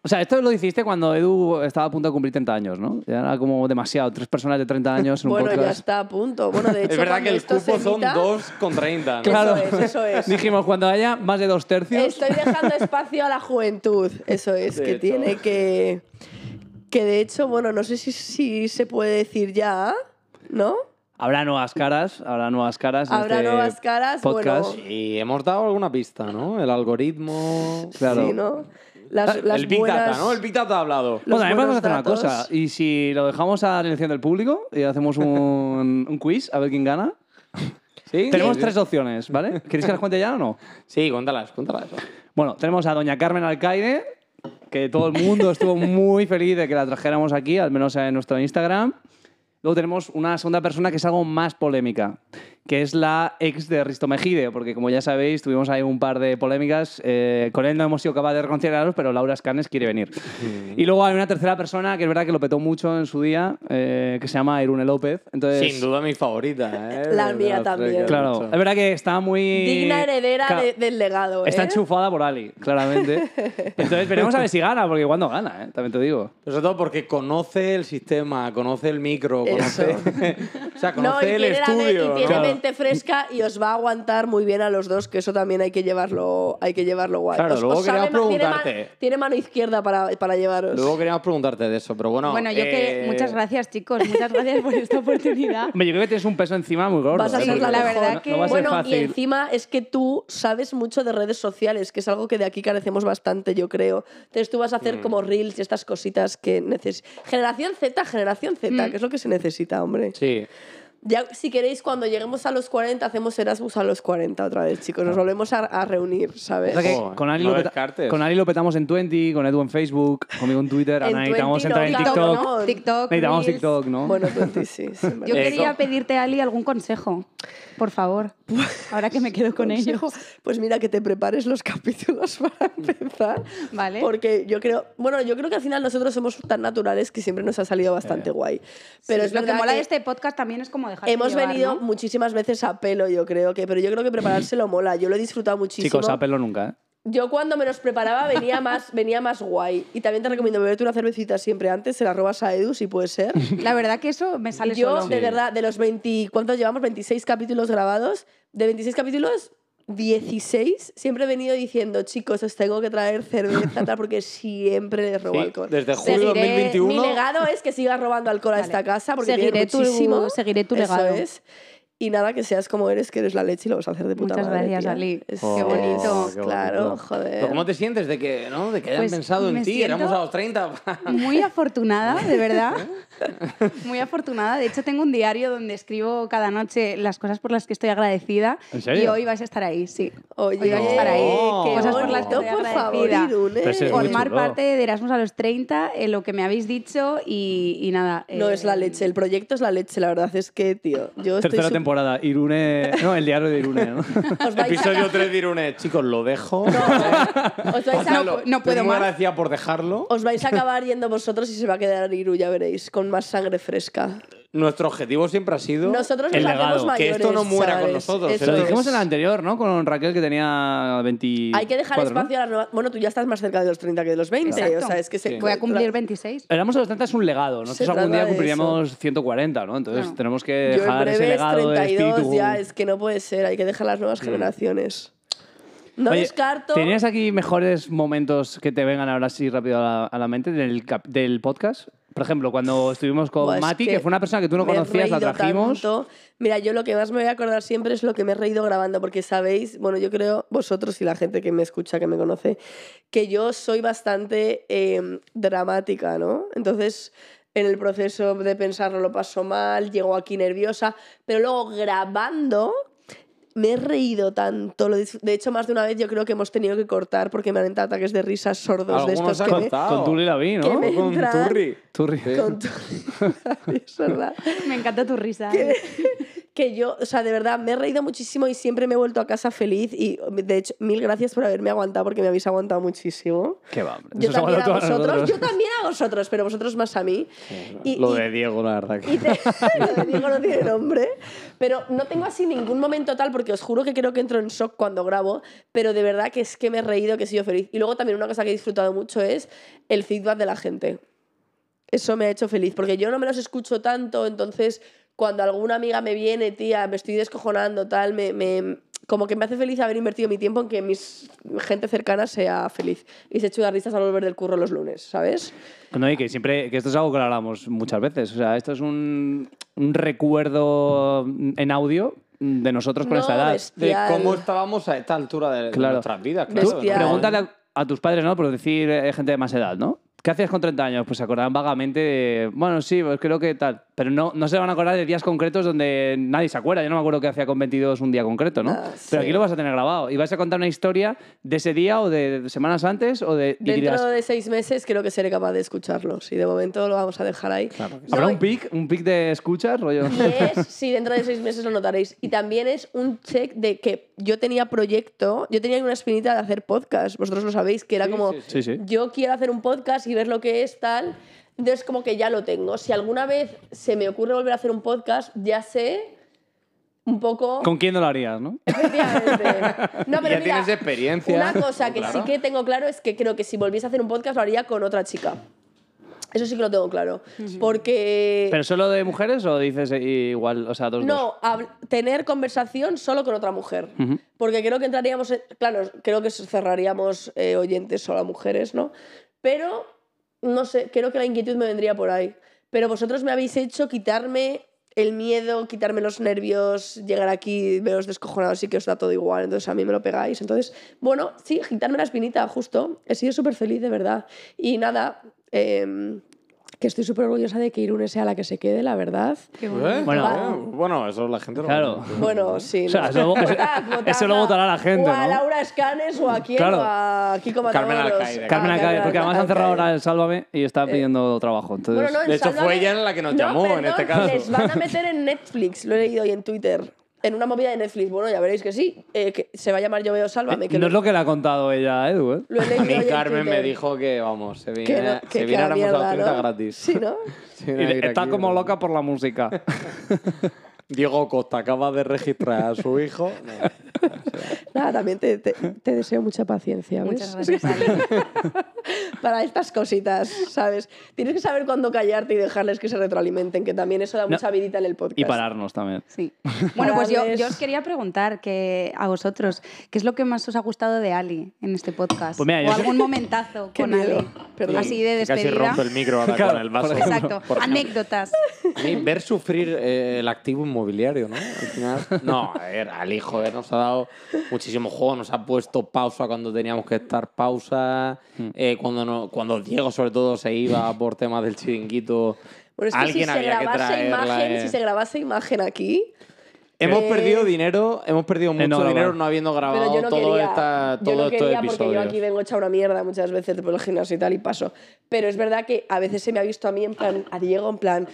B: O sea, esto lo hiciste cuando Edu estaba a punto de cumplir 30 años, ¿no? Ya era como demasiado, tres personas de 30 años en un
D: Bueno, ya
B: podcast.
D: está a punto. Bueno,
F: (laughs)
D: de hecho,
F: Es verdad
D: cuando
F: que el
D: esto se
F: cupo son
D: emita-
F: 2 con 30. ¿no?
B: Claro.
D: Eso es, eso es.
B: Dijimos, cuando haya más de dos tercios.
D: Estoy dejando espacio a la juventud, eso es,
F: De
D: que
F: hecho.
D: tiene que... Que de hecho, bueno, no sé si, si se puede decir ya, ¿no?
B: Habrá nuevas caras, habrá nuevas caras. en
D: Habrá
B: este
D: nuevas caras,
B: podcast.
D: bueno.
C: Y hemos dado alguna pista, ¿no? El algoritmo.
B: Claro.
D: Sí, ¿no? Las, las
C: Ah, el Big
D: buenas...
C: Data, ¿no? El Big Data ha hablado.
D: Los
B: Bueno, también podemos hacer
D: buenos
B: una cosa.
D: datos.
B: Y si lo dejamos a la elección del público y hacemos
D: (laughs)
B: un, un quiz a ver quién gana.
C: ¿Sí?
B: Tenemos
C: Sí.
B: tres opciones, ¿vale? ¿Queréis que las cuente ya o no?
C: Sí, cuéntalas, cuéntalas.
B: Bueno, tenemos a doña Carmen Alcaide, que todo el mundo estuvo muy feliz de que la trajéramos aquí, al menos en nuestro Instagram. Luego tenemos una segunda persona que es algo más polémica, que es la ex de Risto Mejide, porque como ya sabéis, tuvimos ahí un par de polémicas. eh, con él no hemos sido capaces de reconciliarnos, pero Laura Scanes quiere venir. Y luego hay una tercera persona que es verdad que lo petó mucho en su día, eh, que se llama Irune López. Entonces,
C: Sin duda mi favorita, ¿eh?
D: (laughs) La
C: De
D: mía
C: las tres
D: también.
C: que he
B: Claro,
C: dicho.
B: es verdad que está muy...
D: Digna heredera
B: Claro.
D: de- del legado, ¿eh?
B: Está enchufada por Ali,
D: (laughs)
B: claramente. Entonces veremos a ver si gana, porque cuando gana, ¿eh? también te digo.
C: Pero sobre todo porque conoce el sistema, conoce el micro,
D: Eso.
C: conoce, (laughs) o sea,
D: No,
C: conoce
D: y
C: el
D: tiene, la me-
C: estudio.
D: y
C: ¿no?
D: tiene
B: Claro.
D: mente fresca y os va a aguantar muy bien a los dos, que eso también hay que llevarlo, hay que llevarlo guay.
C: Claro,
D: Os-
C: luego
D: os sabe
C: quería
D: ma- tiene ma- Tiene
C: preguntarte.
D: mano, izquierda para, para llevaros.
C: Luego queríamos preguntarte de eso, pero bueno.
E: bueno, yo
C: eh,
E: que. Muchas gracias, chicos. Muchas gracias por esta oportunidad.
B: Hombre, yo creo que tienes un peso encima muy gordo.
D: Vas a
B: ¿eh?
E: Sí,
D: ser
B: Porque
D: la,
E: la
D: mejor.
E: verdad que-
B: No va a ser
D: bueno,
B: fácil.
D: y encima es que tú sabes mucho de redes sociales, que es algo que de aquí carecemos bastante, yo creo. Entonces tú vas a
B: Mm.
D: hacer como reels y estas cositas que necesitas. Generación Z, generación Z,
E: Mm.
D: que es lo que se necesita, hombre.
C: Sí.
D: Ya, si queréis, cuando lleguemos a los 40, hacemos Erasmus a los 40 otra vez, chicos. Nos volvemos a, a reunir, ¿sabes?
B: Ah. O sea que
C: Joder,
B: con, Ali
C: no
B: lo peta-
C: descartes.
B: con Ali lo petamos en 20, con Edu en Facebook, conmigo en Twitter, ahora
D: En
B: necesitamos
D: 20 no,
B: entrar en
D: claro,
B: TikTok.
D: ¿no?
E: TikTok.
B: Necesitamos
E: Reels.
B: TikTok, ¿no?
D: Bueno, Twenty, sí. sí, en
E: Yo
D: verdad.
C: Eh,
E: quería
C: con-
E: pedirte, Ali, algún consejo, por favor. Ahora que me
D: (laughs)
E: quedo con ello.
D: Consejo, Pues mira, que te prepares los capítulos (laughs) para empezar.
E: Vale.
D: Porque yo creo, bueno, yo creo que al final nosotros somos tan naturales que siempre nos ha salido bastante guay. Pero
E: Eh, Sí,
D: es
E: lo que
D: verdad
E: mola
D: que
E: de este podcast también es como dejar.
D: hemos venido muchísimas veces a pelo, yo creo que, pero yo creo que preparárselo mola. Yo lo he disfrutado muchísimo.
B: Chicos, a pelo nunca, ¿eh?
D: Yo cuando me los preparaba venía más, venía más guay. Y también te recomiendo beberte una cervecita siempre antes, se la robas a Edu si puede ser.
E: La verdad que eso me sale
D: Yo,
E: solo.
D: de verdad, de los 20, ¿cuántos llevamos? 26 capítulos grabados. De 26 capítulos, 16 siempre he venido diciendo, chicos, os tengo que traer cerveza, tal, porque siempre les robo
C: (laughs) Sí,
D: alcohol.
C: desde
D: Seguiré-
C: julio 2021.
D: Mi legado es que sigas robando alcohol a
E: Vale.
D: esta casa, porque
E: Seguiré
D: tiene
E: tu-
D: muchísimo.
E: seguiré tu
D: Eso
E: legado.
D: es. Y nada, que seas como eres, que eres la leche y lo vas a hacer de puta
E: Muchas
D: madre,
E: gracias,
D: tía.
E: Ali.
D: Es-
E: Qué bonito.
D: es- Oh, Claro, joder.
C: Oh, ¿Pero ¿Cómo te sientes de que, no? de que hayan
E: Pues
C: pensado en
E: me
C: ti?
E: siento-
C: Éramos a los
D: (laughs)
C: 30.
E: Muy afortunada,
B: (laughs)
E: de verdad. Muy afortunada. De hecho, tengo un diario donde escribo cada noche las cosas por las que estoy agradecida.
B: ¿En serio?
E: Y hoy vais a estar ahí, sí.
D: Oye,
E: hoy vais a estar ahí.
C: qué
E: cosas por las que
D: bonito,
E: estoy
D: por favor,
E: agradecida.
D: Irune.
B: Pero ese es muy
E: Formar
B: chulo.
E: parte de Erasmus a los 30, eh, lo que me habéis dicho y, y nada.
D: No
E: eh,
D: es la leche, el proyecto es la leche, la verdad es que, tío, yo estoy
B: Tercera
D: sup-
B: temporada,
D: (laughs)
B: Irune... No, el diario de Irune, ¿no?
D: Os
C: (laughs)
D: vais
C: Episodio 3 de Irune. Chicos, lo dejo.
D: (laughs) Os vais, a,
C: Hazlo.
E: no puedo
C: Muchas
E: más.
C: gracias por dejarlo.
D: os vais a acabar yendo vosotros y se va a quedar Iru, ya veréis, con más sangre fresca.
C: Nuestro objetivo siempre ha sido...
D: Nosotros
B: El
D: nos hacemos
B: legado.
D: mayores.
C: Que esto no muera con
D: ¿sabes?
C: nosotros,
D: Eso
B: Lo
D: es.
B: dijimos en la anterior, ¿no? Con Raquel, que tenía 20...
D: Hay que dejar espacio a las nuevas... Bueno, tú ya estás más cerca de los 30 que de los 20.
E: Exacto.
D: O sea, es que se...
E: Voy a cumplir 26.
B: Éramos a los 30 es un legado.
D: Se
B: Nosotros
D: trata
B: algún
D: de
B: día
D: eso.
B: cumpliremos 140, ¿no? Entonces
E: Claro.
B: tenemos que
D: Yo en
B: dejar ese
D: breve es
B: legado de
D: 32
B: espíritu.
D: ya, es que no puede ser. Hay que dejar las
C: Mm.
D: nuevas generaciones. No
B: Oye,
D: descarto...
B: ¿Tenías aquí mejores momentos que te vengan ahora así rápido a la, a la mente del, cap- del podcast? Por ejemplo, cuando estuvimos con
D: Buah, es
B: Mati, que, fue una persona que tú no
D: Pues me he
B: conocías, la
D: reído
B: trajimos.
D: tanto. ¿eh? Mira, yo lo que más me voy a acordar siempre es lo que me he reído grabando, porque sabéis, bueno, yo creo, vosotros y la gente que me escucha, que me conoce, que yo soy bastante eh, dramática, ¿no? Entonces, en el proceso de pensarlo lo paso mal, llego aquí nerviosa, pero luego grabando... Me he reído tanto. lo disfr- De hecho, más de una vez yo creo que hemos tenido que cortar porque me han entrado ataques de risas sordos de
C: Algunos
D: estos
C: han
D: que me-
C: cortado.
B: Con Tuli Laví,
D: que
B: ¿no?
D: me
C: Con
D: entran-
C: Turri.
B: Turri.
D: (laughs) con tu- (laughs) es verdad.
E: Me encanta tu risa. eh,
D: que yo, o sea, de verdad, me he reído muchísimo y siempre me he vuelto a casa feliz y de hecho, mil gracias por haberme aguantado porque me habéis aguantado muchísimo.
B: Qué va, hombre.
D: Yo
B: Nos hemos
D: también a
B: dado todas
D: vosotros,
B: nosotros.
D: yo también a vosotros, pero vosotros más a mí. Y-
C: Lo
D: y-
C: de Diego, la verdad. que-
D: y te, (laughs) lo de Diego no tiene nombre. Pero no tengo así ningún momento tal, porque os juro que creo que entro en shock cuando grabo, pero de verdad que es que me he reído, que he sido feliz. Y luego también una cosa que he disfrutado mucho es el feedback de la gente. Eso me ha hecho feliz, porque yo no me los escucho tanto, entonces cuando alguna amiga me viene, tía, me estoy descojonando, tal, me... me- como que me hace feliz haber invertido mi tiempo en que mi gente cercana sea feliz y se eche unas risas al volver del curro los lunes, ¿sabes?
B: No, y que siempre, que esto es algo que lo hablamos muchas veces. O sea, esto es un, un recuerdo en audio de nosotros con
D: No,
B: esta edad.
D: ves-
C: De
D: Bestial.
C: cómo estábamos a esta altura de, de
B: Claro.
C: nuestras vidas.
B: Tú
C: Claro,
D: Bestial.
B: Pregúntale a, a tus padres, ¿no? Por decir eh, gente de más edad, ¿no? ¿Qué hacías con 30 años? Pues se acordaban vagamente de, bueno, sí, pues creo que tal. Pero no, no se van a acordar de días concretos donde nadie se acuerda. Yo no me acuerdo qué hacía con 22 un día concreto, ¿no?
D: Ah,
B: Pero
D: sí.
B: aquí lo vas a tener grabado. Y vas a contar una historia de ese día o de, de semanas antes o de... y dirás,
D: Dentro de seis meses creo que seré capaz de escucharlos y de momento lo vamos a dejar ahí.
B: ¿Habrá
D: No,
B: un pic? ¿Un pic de escuchas, rollo?
D: Y es, sí, dentro de seis meses lo notaréis. Y también es un check de que yo tenía proyecto, yo tenía una espinita de hacer podcast, vosotros lo sabéis, que era como,
B: sí, sí.
D: yo quiero hacer un podcast y ver lo que es tal, entonces como que ya lo tengo. Si alguna vez se me ocurre volver a hacer un podcast, ya sé un poco...
B: ¿Con quién no lo harías, no? (laughs)
D: Efectivamente. No,
C: Ya
D: pero mira,
C: tienes experiencia.
D: Una cosa que
C: Claro.
D: sí que tengo claro es que creo que si volviese a hacer un podcast lo haría con otra chica. Eso sí que lo tengo claro. Porque...
B: ¿Pero solo de mujeres o dices eh, igual, o sea, dos, dos?
D: No, habl- tener conversación solo con otra mujer. Porque creo que entraríamos. en- claro, creo que cerraríamos eh, oyentes solo a mujeres, ¿no? Pero, no sé, creo que la inquietud me vendría por ahí. Pero vosotros me habéis hecho quitarme el miedo, quitarme los nervios, llegar aquí, veros descojonados y que os da todo igual. Entonces a mí me lo pegáis. Entonces, bueno, sí, quitarme la espinita, justo. He sido súper feliz, de verdad. Y nada. em, que estoy súper orgullosa de que Irune sea la que se quede, la verdad.
E: Qué bueno.
C: ¿Eh?
B: Bueno.
C: Ah, bueno, eso la gente lo
B: Claro.
D: Bueno, sí.
B: O sea,
D: no sé.
B: eso lo-
D: (laughs)
B: eso-
D: Votad, votad
B: eso lo
D: a-
B: votará la gente,
D: O a
B: ¿no?
D: Laura Escanes o a quién,
B: Claro.
D: o a Kiko Matamoros.
C: Carmen Alcaide.
D: Ah,
B: Carmen Alcaide, porque además han cerrado
D: Alcaide.
B: ahora el Sálvame y está pidiendo trabajo. Entonces...
D: Eh, Bueno, no, en
C: De hecho, fue
D: Sálvame-
C: ella la que nos llamó, en
D: perdón,
C: este caso.
D: Les van a meter en Netflix, lo he leído hoy en Twitter. En una movida de Netflix. Bueno, ya veréis que sí. eh, que se va a llamar Yo Veo Sálvame. Que
B: Eh, no
D: lo,
B: es lo que le ha contado ella, Edu, ¿eh?
D: lo he leído
C: A mí
D: hoy en
C: Carmen me
D: Twitter.
C: dijo que, vamos, se
D: Que
C: viene,
D: no- que-
C: se
D: que
C: viene
D: la
C: ahora más
D: mierda,
C: a Autorita
D: ¿no?
C: gratis.
D: Sí, ¿no?
C: Sí,
B: Y
C: venir
B: está
C: aquí,
B: como
C: ¿no?
B: loca por la
D: (laughs)
B: música.
C: Diego Costa acaba de registrar a su (laughs) hijo. No.
D: Nada, también te, te- te deseo mucha paciencia. ¿ves?
E: Muchas gracias, Ale.
D: Para estas cositas, ¿sabes? Tienes que saber cuándo callarte y dejarles que se retroalimenten, que también eso da mucha vidita en el podcast.
B: y pararnos también.
D: (laughs)
E: Sí. Bueno, pues yo,
D: Parales.
E: yo os quería preguntar que, a vosotros, ¿qué es lo que más os ha gustado de Ali en este podcast?
B: Pues mira, yo
E: o
B: sé-
E: algún momentazo
D: Qué
E: con
D: miedo.
E: Ali.
D: Perdón.
E: Así de
C: Que Casi
E: despedida.
C: rompe el micro ahora
B: Claro,
C: con el vaso.
B: por
E: Exacto.
C: (laughs) Por ejemplo.
E: Anécdotas.
C: Sí, ver sufrir eh, el activo inmobiliario, ¿no? Al final. (laughs) No, a ver, Ali, joder, nos ha dado muchísimo juego, nos ha puesto pausa cuando teníamos que estar pausa, eh, cuando, no, cuando Diego, sobre todo, se iba por temas del chiringuito.
D: Bueno, es que
C: Alguien
D: si se
C: había que
D: grabase
C: traerla,
D: imagen,
C: eh.
D: si se grabase imagen aquí,
C: Hemos
D: Eh,
C: perdido dinero, hemos perdido mucho
B: no, no,
C: dinero
B: no.
C: no habiendo grabado
D: pero yo no
C: todo,
D: quería,
C: esta, todo
D: yo no
C: estos
D: quería porque yo
C: episodios.
D: aquí vengo hecha una mierda muchas veces por el gimnasio y tal y paso. Pero es verdad que a veces se me ha visto a mí en plan, a Diego en plan,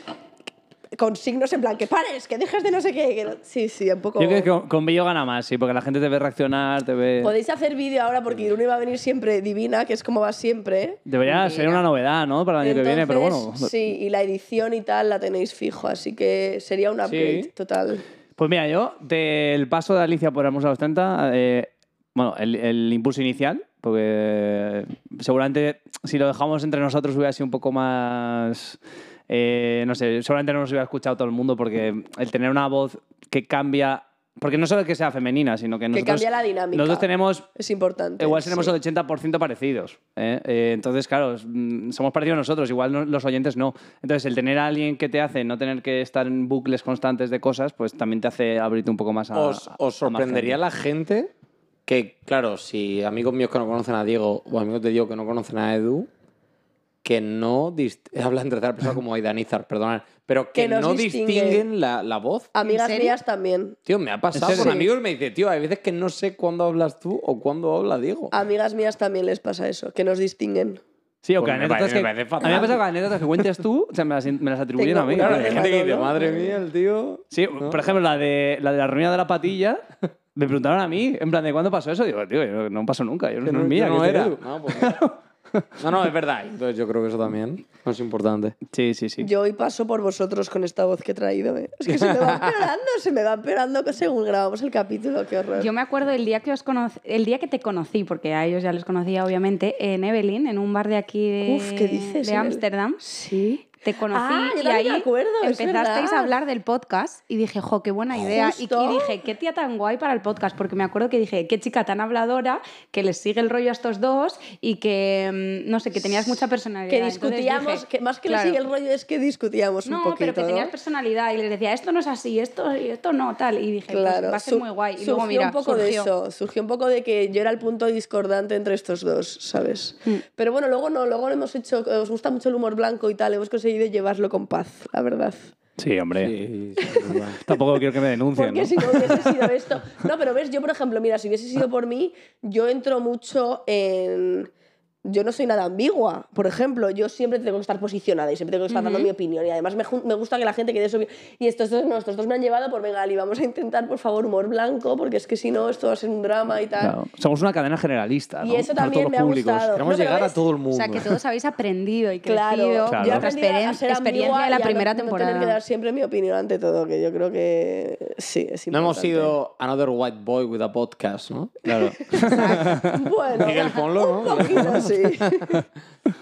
D: con signos en plan, que pares, que dejes de no sé qué. que no- Sí, sí, un poco...
B: Yo creo que con, con vídeo gana más, sí, porque la gente te ve reaccionar, te ve...
D: Podéis hacer vídeo ahora porque Irune va a venir siempre divina, que es como va siempre.
B: Debería ser una novedad, ¿no? Para el año que viene, pero
D: Entonces,
B: bueno.
D: Sí, y la edición y tal la tenéis fijo, así que sería un upgrade total.
B: Pues mira, yo, del paso de Alicia por Hermosa los 30, eh, bueno, el, el impulso inicial, porque eh, seguramente si lo dejamos entre nosotros hubiera sido un poco más. eh, no sé, seguramente no nos hubiera escuchado todo el mundo, porque el tener una voz que cambia. Porque no solo que sea femenina, sino que nosotros.
D: cambia la dinámica.
B: Nosotros tenemos
D: Es importante.
B: Igual seremos
D: sí.
B: el 80% parecidos. ¿eh? Eh, entonces, claro, es- mm, somos parecidos nosotros, igual no- los oyentes no. Entonces, el tener a alguien que te hace no tener que estar en bucles constantes de cosas, pues también te hace abrirte un poco más a.
C: os,
B: a- a
C: os
B: más
C: sorprendería
B: gente.
C: la gente que, claro, si amigos míos que no conocen a Diego o amigos de Diego que no conocen a Edu, que no dist- (laughs) habla entre tal persona como Aidanizar, perdonad, pero que,
D: Que nos
C: no
D: distingue. Ah.
C: distinguen la, la voz.
D: Amigas
E: ¿En serio?
D: mías también.
C: Tío, me ha pasado
B: ¿En serio?
C: con amigos y me dice, tío, hay veces que no sé cuándo hablas tú o cuándo habla Diego.
D: Amigas mías también les pasa eso, que nos distinguen.
B: Sí, o que
C: Pues me
B: anécdotas
C: parece-
B: que.
C: me parece
B: a mí me
C: fatal.
B: ha pasado que anécdotas que cuentes tú, o sea, me las, me las atribuyen
D: Tengo
B: a mí.
D: una
C: Claro,
B: Porque-
C: hay gente que dice,
D: ¿no?
C: madre mía, el tío.
B: Sí, por ejemplo, la de, la de la reunión de la patilla. Me preguntaron a mí, en plan, ¿de cuándo pasó eso? Digo, tío, yo- no pasó nunca, yo,
C: que
B: no es mía,
C: yo
B: que
C: no
B: te
C: era.
B: digo.
C: No, pues- no, no, es verdad. Entonces yo creo que eso también es importante.
B: Sí, sí, sí.
D: Yo hoy paso por vosotros con esta voz que he traído. ¿eh? Es que se
B: (laughs)
D: me va empeorando, se me va empeorando según grabamos el capítulo, qué horror.
E: Yo me acuerdo el día que os conoc- el día que te conocí, porque a ellos ya les conocía obviamente, en Evelyn, en un bar de aquí de
D: Uf, ¿qué dices,
E: de
D: Evelyn?
E: Ámsterdam.
D: Sí.
E: te conocí
D: Ah, yo
E: y
D: también
E: ahí
D: me acuerdo, es
E: empezasteis
D: verdad.
E: a hablar del podcast y dije, jo, qué buena idea. Y,
D: Justo.
E: y dije, qué tía tan guay para el podcast, porque me acuerdo que dije, qué chica tan habladora, que les sigue el rollo a estos dos y que, mm, no sé, que tenías mucha personalidad.
D: Que
E: Entonces
D: discutíamos,
E: dije,
D: que más que
E: claro.
D: le sigue el rollo es que discutíamos
E: No,
D: un poquito.
E: pero que tenías
D: ¿no?
E: personalidad y les decía, esto no es así, esto, y esto no, tal. Y dije, pues
D: Claro,
E: va a ser
D: su-
E: muy guay. Y
D: surgió
E: luego, mira,
D: un poco de
E: surgió.
D: eso, surgió un poco de que yo era el punto discordante entre estos dos, ¿sabes?
E: Mm.
D: Pero bueno, luego no, luego lo hemos hecho, os gusta mucho el humor blanco y tal, hemos conseguido llevarlo con paz, la verdad.
B: Sí, hombre.
C: Sí, sí, es verdad.
B: Tampoco quiero que me denuncien.
D: Porque
B: ¿no?
D: si no
B: (laughs)
D: hubiese sido esto. No, pero ves, yo por ejemplo, mira, si hubiese sido por mí, yo entro mucho en. Yo no soy nada ambigua, por ejemplo, yo siempre tengo que estar posicionada y siempre tengo que estar dando mi opinión y además me, ju- me gusta que la gente que dé su opinión. Y estos dos, no, estos dos me han llevado por venga, y vamos a intentar, por favor, humor blanco, porque es que si no, esto va a ser un drama y tal.
B: Claro. Somos una cadena generalista.
D: Y
B: ¿no?
D: eso
B: Para
D: también
B: todos
D: me
B: los
D: ha
B: públicos.
D: gustado.
C: Queremos
D: No, pero
C: llegar a
D: ves-
C: todo el
E: O
C: mundo. (laughs)
E: sea, que todos habéis aprendido y
D: Claro,
E: crecido.
B: Claro.
E: Yo
D: yo
E: he
D: he aprendido
E: experen-
D: a ser
E: experiencia
D: ambigua
E: de
D: y
E: la
D: a no-
E: primera
D: no
E: temporada.
D: tener que dar siempre mi opinión ante todo, que yo creo que sí, es importante.
F: No hemos sido another white boy with a podcast, ¿no?
B: Claro.
D: (laughs)
C: (laughs)
D: Bueno,
C: Miguel, ponlo, ¿no?
D: (laughs) un poquito sí.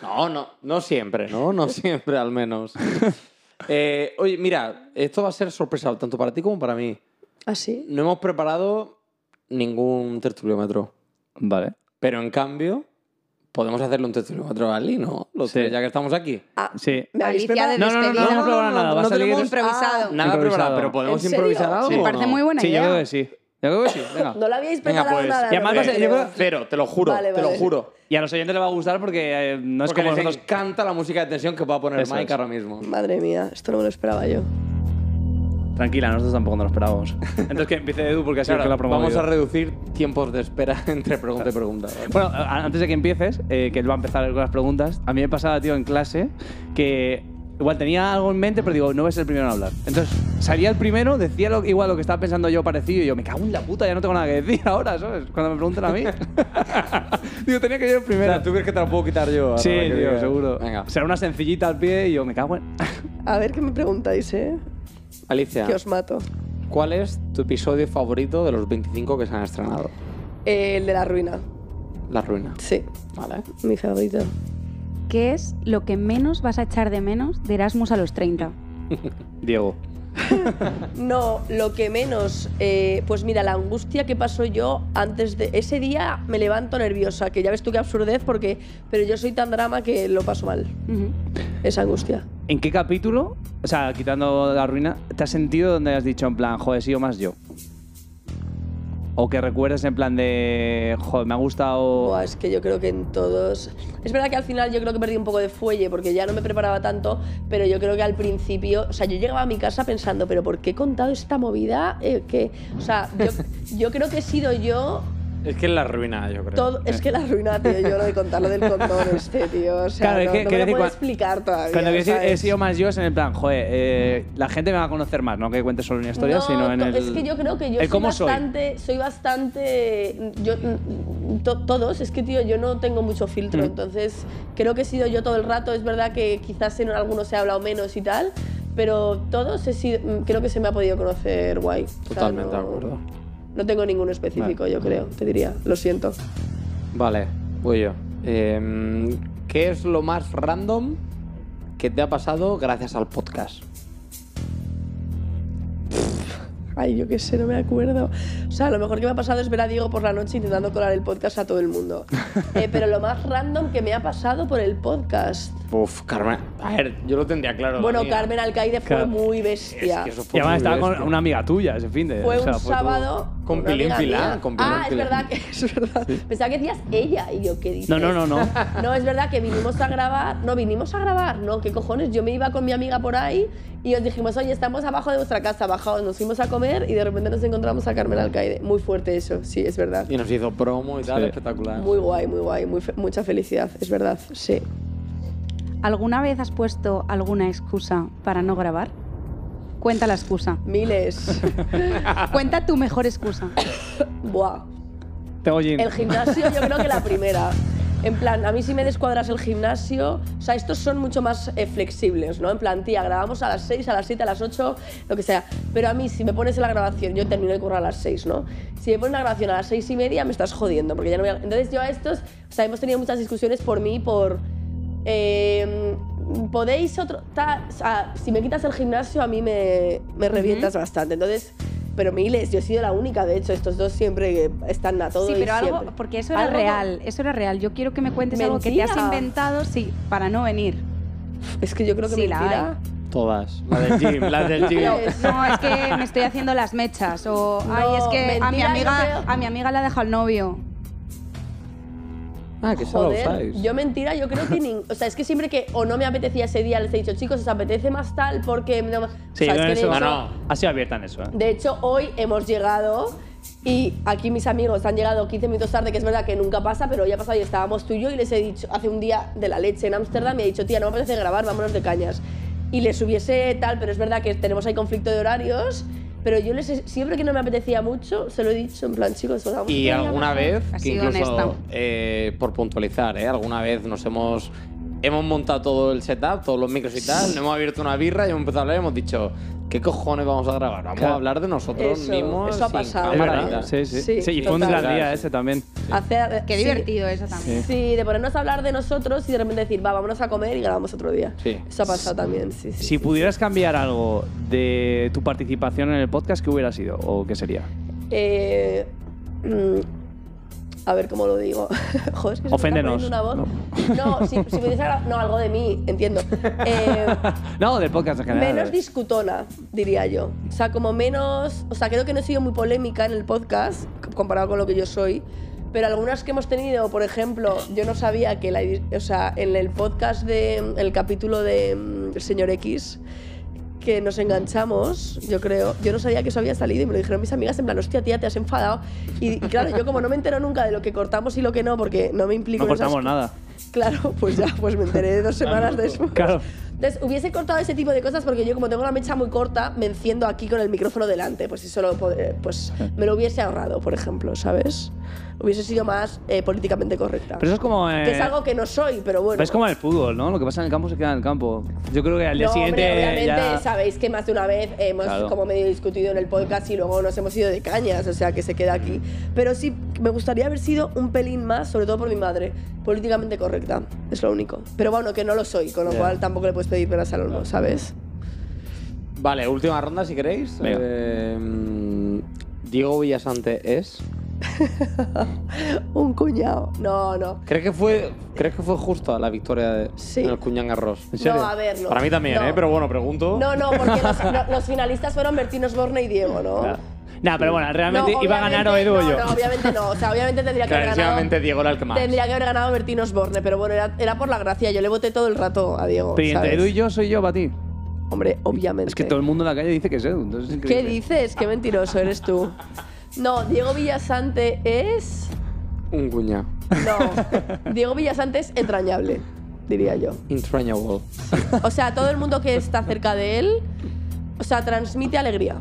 F: No, no, no siempre, ¿no?
C: No, no siempre, al (laughs) menos. Eh, oye, mira, esto va a ser sorpresa tanto para ti como para mí.
E: ¿Ah,
D: ¿Así?
C: No hemos preparado ningún tertuliómetro.
B: Vale.
C: Pero en cambio, podemos hacerle un tertuliómetro a Ali, ¿no? Los
B: Sí.
C: tres, ya que estamos aquí.
B: Sí.
D: ¿Me habéis
E: Alicia de
D: preparado?
B: No, no, no, no, hemos
E: despedida.
B: probado nada. Va a
C: no
B: salir. Ah.
C: tenemos
E: Improvisado.
C: Nada
B: Improvisado.
C: preparado, pero podemos
D: ¿En serio?
C: improvisar algo.
B: Sí.
E: Me
C: o
E: parece
C: no?
E: muy buena
B: Sí, yo
E: idea.
B: creo que sí. Yo creo que sí. Venga.
D: No lo habéis
C: Venga,
D: preparado
C: pues.
D: nada.
B: Y además
D: no
B: va a ser- yo
D: creo.
B: creo-
C: Cero, te lo juro.
D: Vale,
C: Te lo
D: vale.
C: juro.
B: Y a los oyentes les va a gustar porque eh, no es
C: Porque
B: como
C: les
B: nosotros.
C: encanta la música de tensión que va a poner
B: Eso
C: Mike
B: es.
C: ahora mismo.
D: Madre mía, esto no me lo esperaba yo.
B: Tranquila, nosotros tampoco nos lo esperábamos. Entonces que empiece Edu porque ha sido el
C: Claro,
B: que la
C: vamos a reducir tiempos de espera (laughs) entre pregunta y pregunta.
B: Bueno, a- antes de que empieces, eh, que él va a empezar con las preguntas, a mí me pasaba, tío, en clase que igual tenía algo en mente, pero digo, no voy a ser el primero en hablar. Entonces, salía el primero, decía lo- igual lo que estaba pensando yo parecido, y yo, me cago en la puta, ya no tengo nada que decir ahora, ¿sabes? Cuando me preguntan (laughs) a mí. digo, tenía que ir el
C: O
B: primero.
C: sea, ¿tú crees que te la puedo quitar yo? ahora
B: sí,
C: que
B: tío,
C: diga?
B: seguro.
C: Venga.
B: Será una sencillita al pie y yo, me cago en... (laughs)
D: A ver qué me preguntáis, ¿eh?
C: Alicia,
D: Que os mato.
C: ¿cuál es tu episodio favorito de los 25 que se han estrenado?
D: Eh, el de la ruina.
C: La ruina.
D: Sí,
C: Vale.
D: mi favorito.
E: ¿Qué es lo que menos vas a echar de menos de Erasmus a los 30?
B: Diego.
D: No, lo que menos. eh, pues mira, la angustia que paso yo antes de. Ese día me levanto nerviosa, que ya ves tú qué absurdez, porque. Pero yo soy tan drama que lo paso mal.
E: Ujú.
D: Esa angustia.
B: ¿En qué capítulo, o sea, quitando la ruina, te has sentido donde has dicho en plan, joder, he sido más yo? O que recuerdes en plan de, joder, me ha gustado.
D: Buah, es que yo creo que en todos. Es verdad que al final yo creo que perdí un poco de fuelle porque ya no me preparaba tanto, pero yo creo que al principio. O sea, yo llegaba a mi casa pensando, ¿pero por qué he contado esta movida? Eh, que, o sea, yo, yo creo que he sido yo.
C: Es que es la ruina, yo creo.
D: Todo, es que la ruina, tío, yo lo de contar lo del condón este, tío. O sea,
B: Claro, es
D: no,
B: que-
D: no
B: que
D: me lo
B: decir,
D: puedo
B: cua-
D: explicar todavía.
B: Cuando quiero decir, he
D: ¿sabes?
B: sido más yo es en el plan, joder, eh, la gente me va a conocer más, no que cuente solo una historia,
D: No,
B: sino en
D: to-
B: el.
D: Es que yo creo que yo
B: el
D: soy
B: cómo
D: bastante. Soy bastante. Yo, to- todos, es que tío, yo no tengo mucho filtro, entonces creo que he sido yo todo el rato. Es verdad que quizás en algunos he hablado menos y tal, pero todos he sido, mm, creo que se me ha podido conocer guay. O sea,
C: Totalmente de
D: no-
C: acuerdo.
D: No tengo ninguno específico, yo creo, te diría. Lo siento.
C: Vale, voy yo. Eh, ¿Qué es lo más random que te ha pasado gracias al podcast?
D: Ay, yo qué sé, no me acuerdo. O sea, lo mejor que me ha pasado es ver a Diego por la noche intentando colar el podcast a todo el mundo. Eh, pero lo más random que me ha pasado por el podcast.
C: Uf, Carmen. A ver, yo lo tendría claro. ¿eh? la
D: Bueno,
C: mía.
D: Carmen Alcaide fue
B: Claro.
D: muy
C: Es
D: bestia.
C: que eso fue
B: Y además
C: Pues muy
B: estaba con
C: bestia.
B: una amiga tuya ese fin de.
D: Fue
B: o sea, pues,
D: un
B: fue todo-
D: sábado.
C: Con
D: una
C: Pilín
D: amiga
C: Filán,
D: mía.
C: con Pilín
D: Ah, es
C: Filán.
D: verdad que (laughs) es verdad. Pensaba que decías ella y yo qué dices.
B: No, no, no, no.
D: (laughs) No, es verdad que vinimos a grabar. No, vinimos a grabar. No, qué cojones. Yo me iba con mi amiga por ahí y os dijimos, oye, estamos abajo de vuestra casa, bajaos. Nos fuimos a comer y de repente nos encontramos a Carmen Alcaide. Muy fuerte eso, sí, es verdad.
C: Y nos hizo promo y tal,
B: Sí.
C: espectacular.
D: Muy guay, muy guay. muy fe- mucha felicidad, es verdad, sí.
E: ¿Alguna vez has puesto alguna excusa para no grabar? Cuenta
B: (laughs)
E: la excusa.
D: Miles.
E: Cuenta tu mejor excusa.
D: Buah.
B: Tengo gin.
D: El gimnasio, yo creo que la primera. En plan, a mí si me descuadras el gimnasio, o sea, estos son mucho más eh, flexibles, ¿no? En plan, tía, grabamos a las 6, a las 7, a las 8, lo que sea. Pero a mí, si me pones en la grabación, yo termino de currar a las 6, ¿no? Si me pones la grabación a las 6 y media, me estás jodiendo, porque ya no voy a... Entonces yo a estos, o sea, hemos tenido muchas discusiones por mí, por... eh, podéis otro. ta- o sea, si me quitas el gimnasio, a mí me, me revientas bastante. Entonces, pero miles, yo he sido la única, de hecho, estos dos siempre eh, están a todo.
E: Sí,
D: y
E: pero algo,
D: siempre.
E: porque eso era
D: Algo-
E: real, eso era real. Yo quiero que me cuentes algo que te has
D: Mentira.
E: inventado, sí, para no venir.
D: Es que yo creo que
E: Sí, la
D: mentira.
C: Todas. La del gym,
B: (laughs)
C: la del gym.
D: No.
E: No, es que me estoy haciendo las mechas o ay, es que a mi
D: mentira, yo
E: amiga
D: creo-
E: a mi amiga la ha dejado el novio.
C: Ah, que solo
D: Joder,
C: usáis.
D: yo mentira, yo creo que nin- O sea, es que siempre que o no me apetecía ese día, les he dicho, chicos, os apetece más tal porque... No, o
B: Sí,
D: sea, es
B: con
D: que de
B: eso,
D: hecho-
B: Ha sido abierta en eso. ¿eh?
D: De hecho, hoy hemos llegado y aquí mis amigos han llegado 15 minutos tarde, que es verdad que nunca pasa, pero ya ha pasado y estábamos tú y yo y les he dicho, hace un día de la leche en Ámsterdam, me he dicho, tía, no me apetece grabar, vámonos de cañas. Y les hubiese tal, pero es verdad que tenemos ahí conflicto de horarios, pero yo les he- siempre que no me apetecía mucho, se lo he dicho, en plan, chicos, vamos
C: Y alguna vez,
E: Has
C: que
E: sido
C: incluso
E: honesta.
C: eh, por puntualizar, ¿eh? alguna vez nos hemos hemos montado todo el setup, todos los micros y tal, nos hemos abierto una birra y hemos empezado a hablar y hemos dicho, ¿qué cojones vamos a grabar? Vamos
B: Claro.
C: a hablar de nosotros
D: Eso,
C: mismos.
D: eso ha
C: sin
D: pasado.
B: Es
C: cámara y
B: verdad,
C: tal.
B: Sí, sí.
D: Sí,
B: Sí, y fue un
D: total.
B: día ese también.
D: hacer...
E: Qué
D: sí.
E: divertido eso también.
D: Sí, de ponernos a hablar de nosotros y de repente decir, va, vámonos a comer y grabamos otro día.
C: Sí.
D: Eso ha pasado también, sí, sí.
B: Si pudieras cambiar algo de tu participación en el podcast, ¿qué hubiera sido o qué sería?
D: Eh, mm, a ver cómo lo digo. (laughs) Joder, es que se me está
B: Oféndenos.
D: poniendo una voz. No, si, si pudiese gra- No, algo de mí, entiendo. Eh,
B: No, del podcast en general.
D: menos discutona, diría yo. O sea, como menos. O sea, creo que no he sido muy polémica en el podcast c- comparado con lo que yo soy. Pero algunas que hemos tenido, por ejemplo, yo no sabía que la, edi- o sea, en el podcast de el capítulo de mm, El señor X que nos enganchamos, yo creo. Yo no sabía que eso había salido y me lo dijeron mis amigas en plan, hostia, tía, te has enfadado. Y, y claro, yo como no me entero nunca de lo que cortamos y lo que no, porque no me implico
B: no
D: en esas
B: cortamos nada.
D: Claro, pues ya, pues me enteré dos semanas después.
B: (laughs) Claro.
D: Entonces, hubiese cortado ese tipo de cosas porque yo como tengo la mecha muy corta, me enciendo aquí con el micrófono delante. Pues eso lo, pod- eh, pues me lo hubiese ahorrado, por ejemplo, ¿sabes? Hubiese sido más eh, políticamente correcta.
B: Pero eso es como. eh,
D: que es algo que no soy, pero bueno.
B: Es como en el fútbol, ¿no? Lo que pasa en el campo se queda en el campo. Yo creo que al día
D: No,
B: siguiente.
D: hombre, obviamente
B: ya-
D: sabéis que más de una vez hemos
B: Claro.
D: como medio discutido en el podcast y luego nos hemos ido de cañas, o sea que se queda aquí. Pero sí, me gustaría haber sido un pelín más, sobre todo por mi madre, políticamente correcta, es lo único. Pero bueno, que no lo soy, con lo
C: Ya.
D: cual tampoco le puedes pedir peras al olmo, ¿sabes?
C: Vale, última ronda si queréis.
B: Venga.
C: Eh, mm, Diego Villasante es.
D: Un cuñado. No, no.
C: ¿Crees que fue, ¿crees que fue justa la victoria de,
D: Sí.
C: en el Cuñán Arroz?
D: ¿En serio? No, a ver, no.
C: Para mí también,
D: No.
C: ¿eh? Pero bueno, pregunto.
D: No, no, porque los, (laughs) no- los finalistas fueron Bertín Osborne y Diego, ¿no?
B: Claro. Nah, pero bueno, realmente
D: No,
B: iba a ganar o Edu
D: obviamente-
B: o
D: no,
B: yo.
D: No, obviamente no. O sea, obviamente tendría que haber ganado.
C: Clarísimamente Diego era el que más.
D: Tendría que haber ganado Bertín Osborne, pero bueno, era, era por la gracia. Yo le voté todo el rato a Diego.
B: Pero entre
D: ¿sabes?
B: Edu y yo soy yo para ti.
D: Hombre, obviamente.
B: Es que todo el mundo en la calle dice que es Edu. entonces es
D: ¿Qué
B: increíble.
D: dices? Qué mentiroso eres tú. No, Diego Villasante es.
C: Un cuñado.
D: No. Diego Villasante es entrañable, diría yo.
C: Intrañable.
D: O sea, todo el mundo que está cerca de él, o sea, transmite alegría.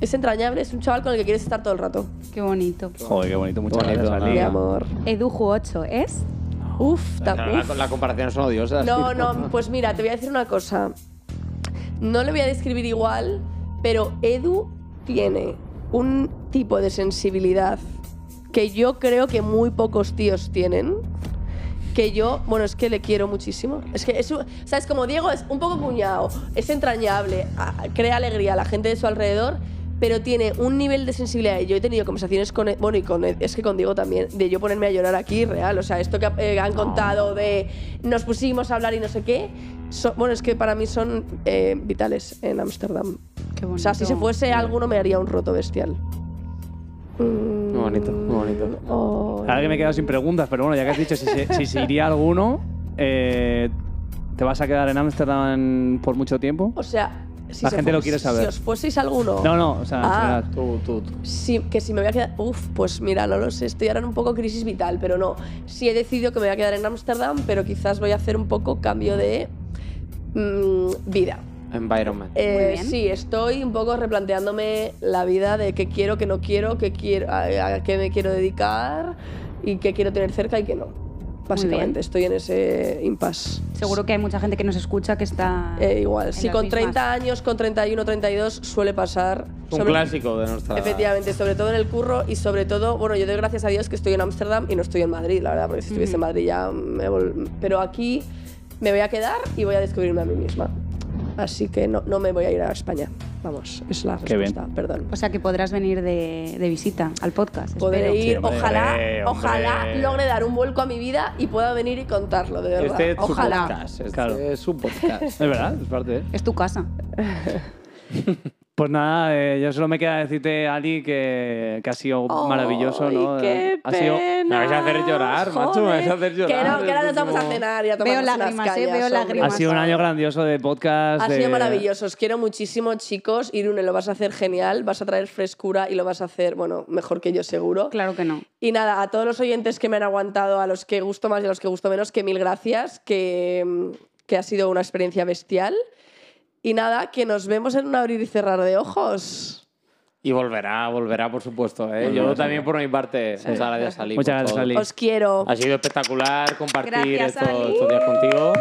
D: Es entrañable, es un chaval con el que quieres estar todo el rato.
E: Qué bonito.
B: Joder, qué bonito, muchas
C: Bonito,
B: gracias.
C: nada.
D: Mi
B: Ali.
D: amor.
E: Eduju 8, ¿es?
D: Uf, tan,
C: Claro,
D: uf.
C: la, la comparación son odiosas. (laughs)
D: No, no, pues mira, te voy a decir una cosa. No le voy a describir igual, pero Edu tiene un tipo de sensibilidad que yo creo que muy pocos tíos tienen. Que yo, bueno, es que le quiero muchísimo. Es que es, un- o sea, es como Diego, es un poco cuñado, es entrañable, a- crea alegría a la gente de su alrededor, pero tiene un nivel de sensibilidad. Y Yo he tenido conversaciones con, bueno, y con, es que con Diego también, de yo ponerme a llorar aquí, real. O sea, esto que eh, han contado de nos pusimos a hablar y no sé qué, so- bueno, es que para mí son eh, vitales en Ámsterdam.
E: Qué bonito.
D: O sea, si se fuese alguno me haría un roto bestial. Mm.
C: Muy bonito, muy bonito.
D: Oh.
B: Ahora que me he quedado sin preguntas, pero bueno, ya que has dicho si se, si se iría alguno, eh, ¿te vas a quedar en Ámsterdam por mucho tiempo?
D: O sea, si
B: La
D: se
B: gente lo
D: fuese-
B: quiere saber.
D: Si os fueseis alguno.
B: No, no, o sea, en
D: Ah.
B: general.
C: Tú, tú, tú.
D: Sí, que si me voy a quedar. Uf, pues mira, no lo sé. Estoy ahora en un poco crisis vital, pero no. Sí he decidido que me voy a quedar en Ámsterdam, pero quizás voy a hacer un poco cambio de mm, vida.
C: Environment.
D: Eh,
E: Muy bien.
D: Sí, estoy un poco replanteándome la vida de qué quiero, qué no quiero, qué quiero, a, a qué me quiero dedicar y qué quiero tener cerca y qué no. Básicamente,
E: bien.
D: estoy en ese impasse.
E: Seguro que hay mucha gente que nos escucha que está
D: Eh, igual,
E: en
D: sí,
E: las
D: con
E: mismas.
D: 30 años, con 31, 32 suele pasar.
C: Un
D: Sobre-
C: clásico de nuestra.
D: Efectivamente, sobre todo en el curro y sobre todo, bueno, yo doy gracias a Dios que estoy en Ámsterdam y no estoy en Madrid, la verdad, porque si estuviese en Madrid ya me vol- Pero aquí me voy a quedar y voy a descubrirme a mí misma. Así que no, no me voy a ir a España. Vamos, es la
B: Qué bien.
D: respuesta, perdón.
E: O sea que podrás venir de, de visita al podcast.
D: Poder
E: Pues espero.
D: ir,
B: Sí, hombre,
D: ojalá,
B: hombre.
D: ojalá logre dar un vuelco a mi vida y pueda venir y contarlo, de verdad.
C: Este es su
D: ojalá.
C: podcast. Este
B: Claro.
C: es su podcast.
B: Es verdad, es parte. ¿eh?
E: Es tu casa.
B: Pues nada, eh, yo solo me queda decirte, Ali, que, que ha sido maravilloso,
D: Oh, Ay,
B: ¿no?
D: qué
B: ha sido.
D: pena,
C: Eh, Me vais a hacer llorar, macho, me vais a hacer llorar.
D: Que no, que ahora nos vamos a cenar y a tomar
E: lágrimas,
D: unas
E: eh,
D: cañas,
E: veo
D: hombre.
B: Ha
E: lágrimas.
B: sido un año grandioso de podcast.
D: Ha
B: de-
D: sido maravilloso, os quiero muchísimo, chicos. Irune, lo vas a hacer genial, vas a traer frescura y lo vas a hacer, bueno, mejor que yo seguro.
E: Claro que no.
D: Y nada, a todos los oyentes que me han aguantado, a los que gusto más y a los que gusto menos, que mil gracias, que, mm, que ha sido una experiencia bestial. Y nada, que nos vemos en un abrir y cerrar de ojos.
C: Y volverá, volverá, por supuesto. ¿eh?
B: Volverá,
C: Yo también, por mi parte, muchas gracias, Ali.
B: Muchas
C: por
B: gracias,
C: todo.
B: Ali.
D: Os quiero.
C: Ha sido espectacular compartir
E: Gracias,
C: estos,
E: Ali.
C: estos días contigo.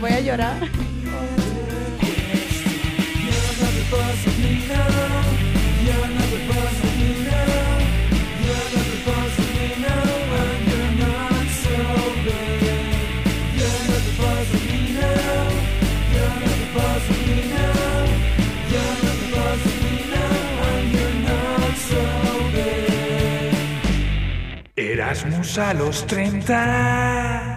D: Voy a llorar.
G: Erasmus a los 30.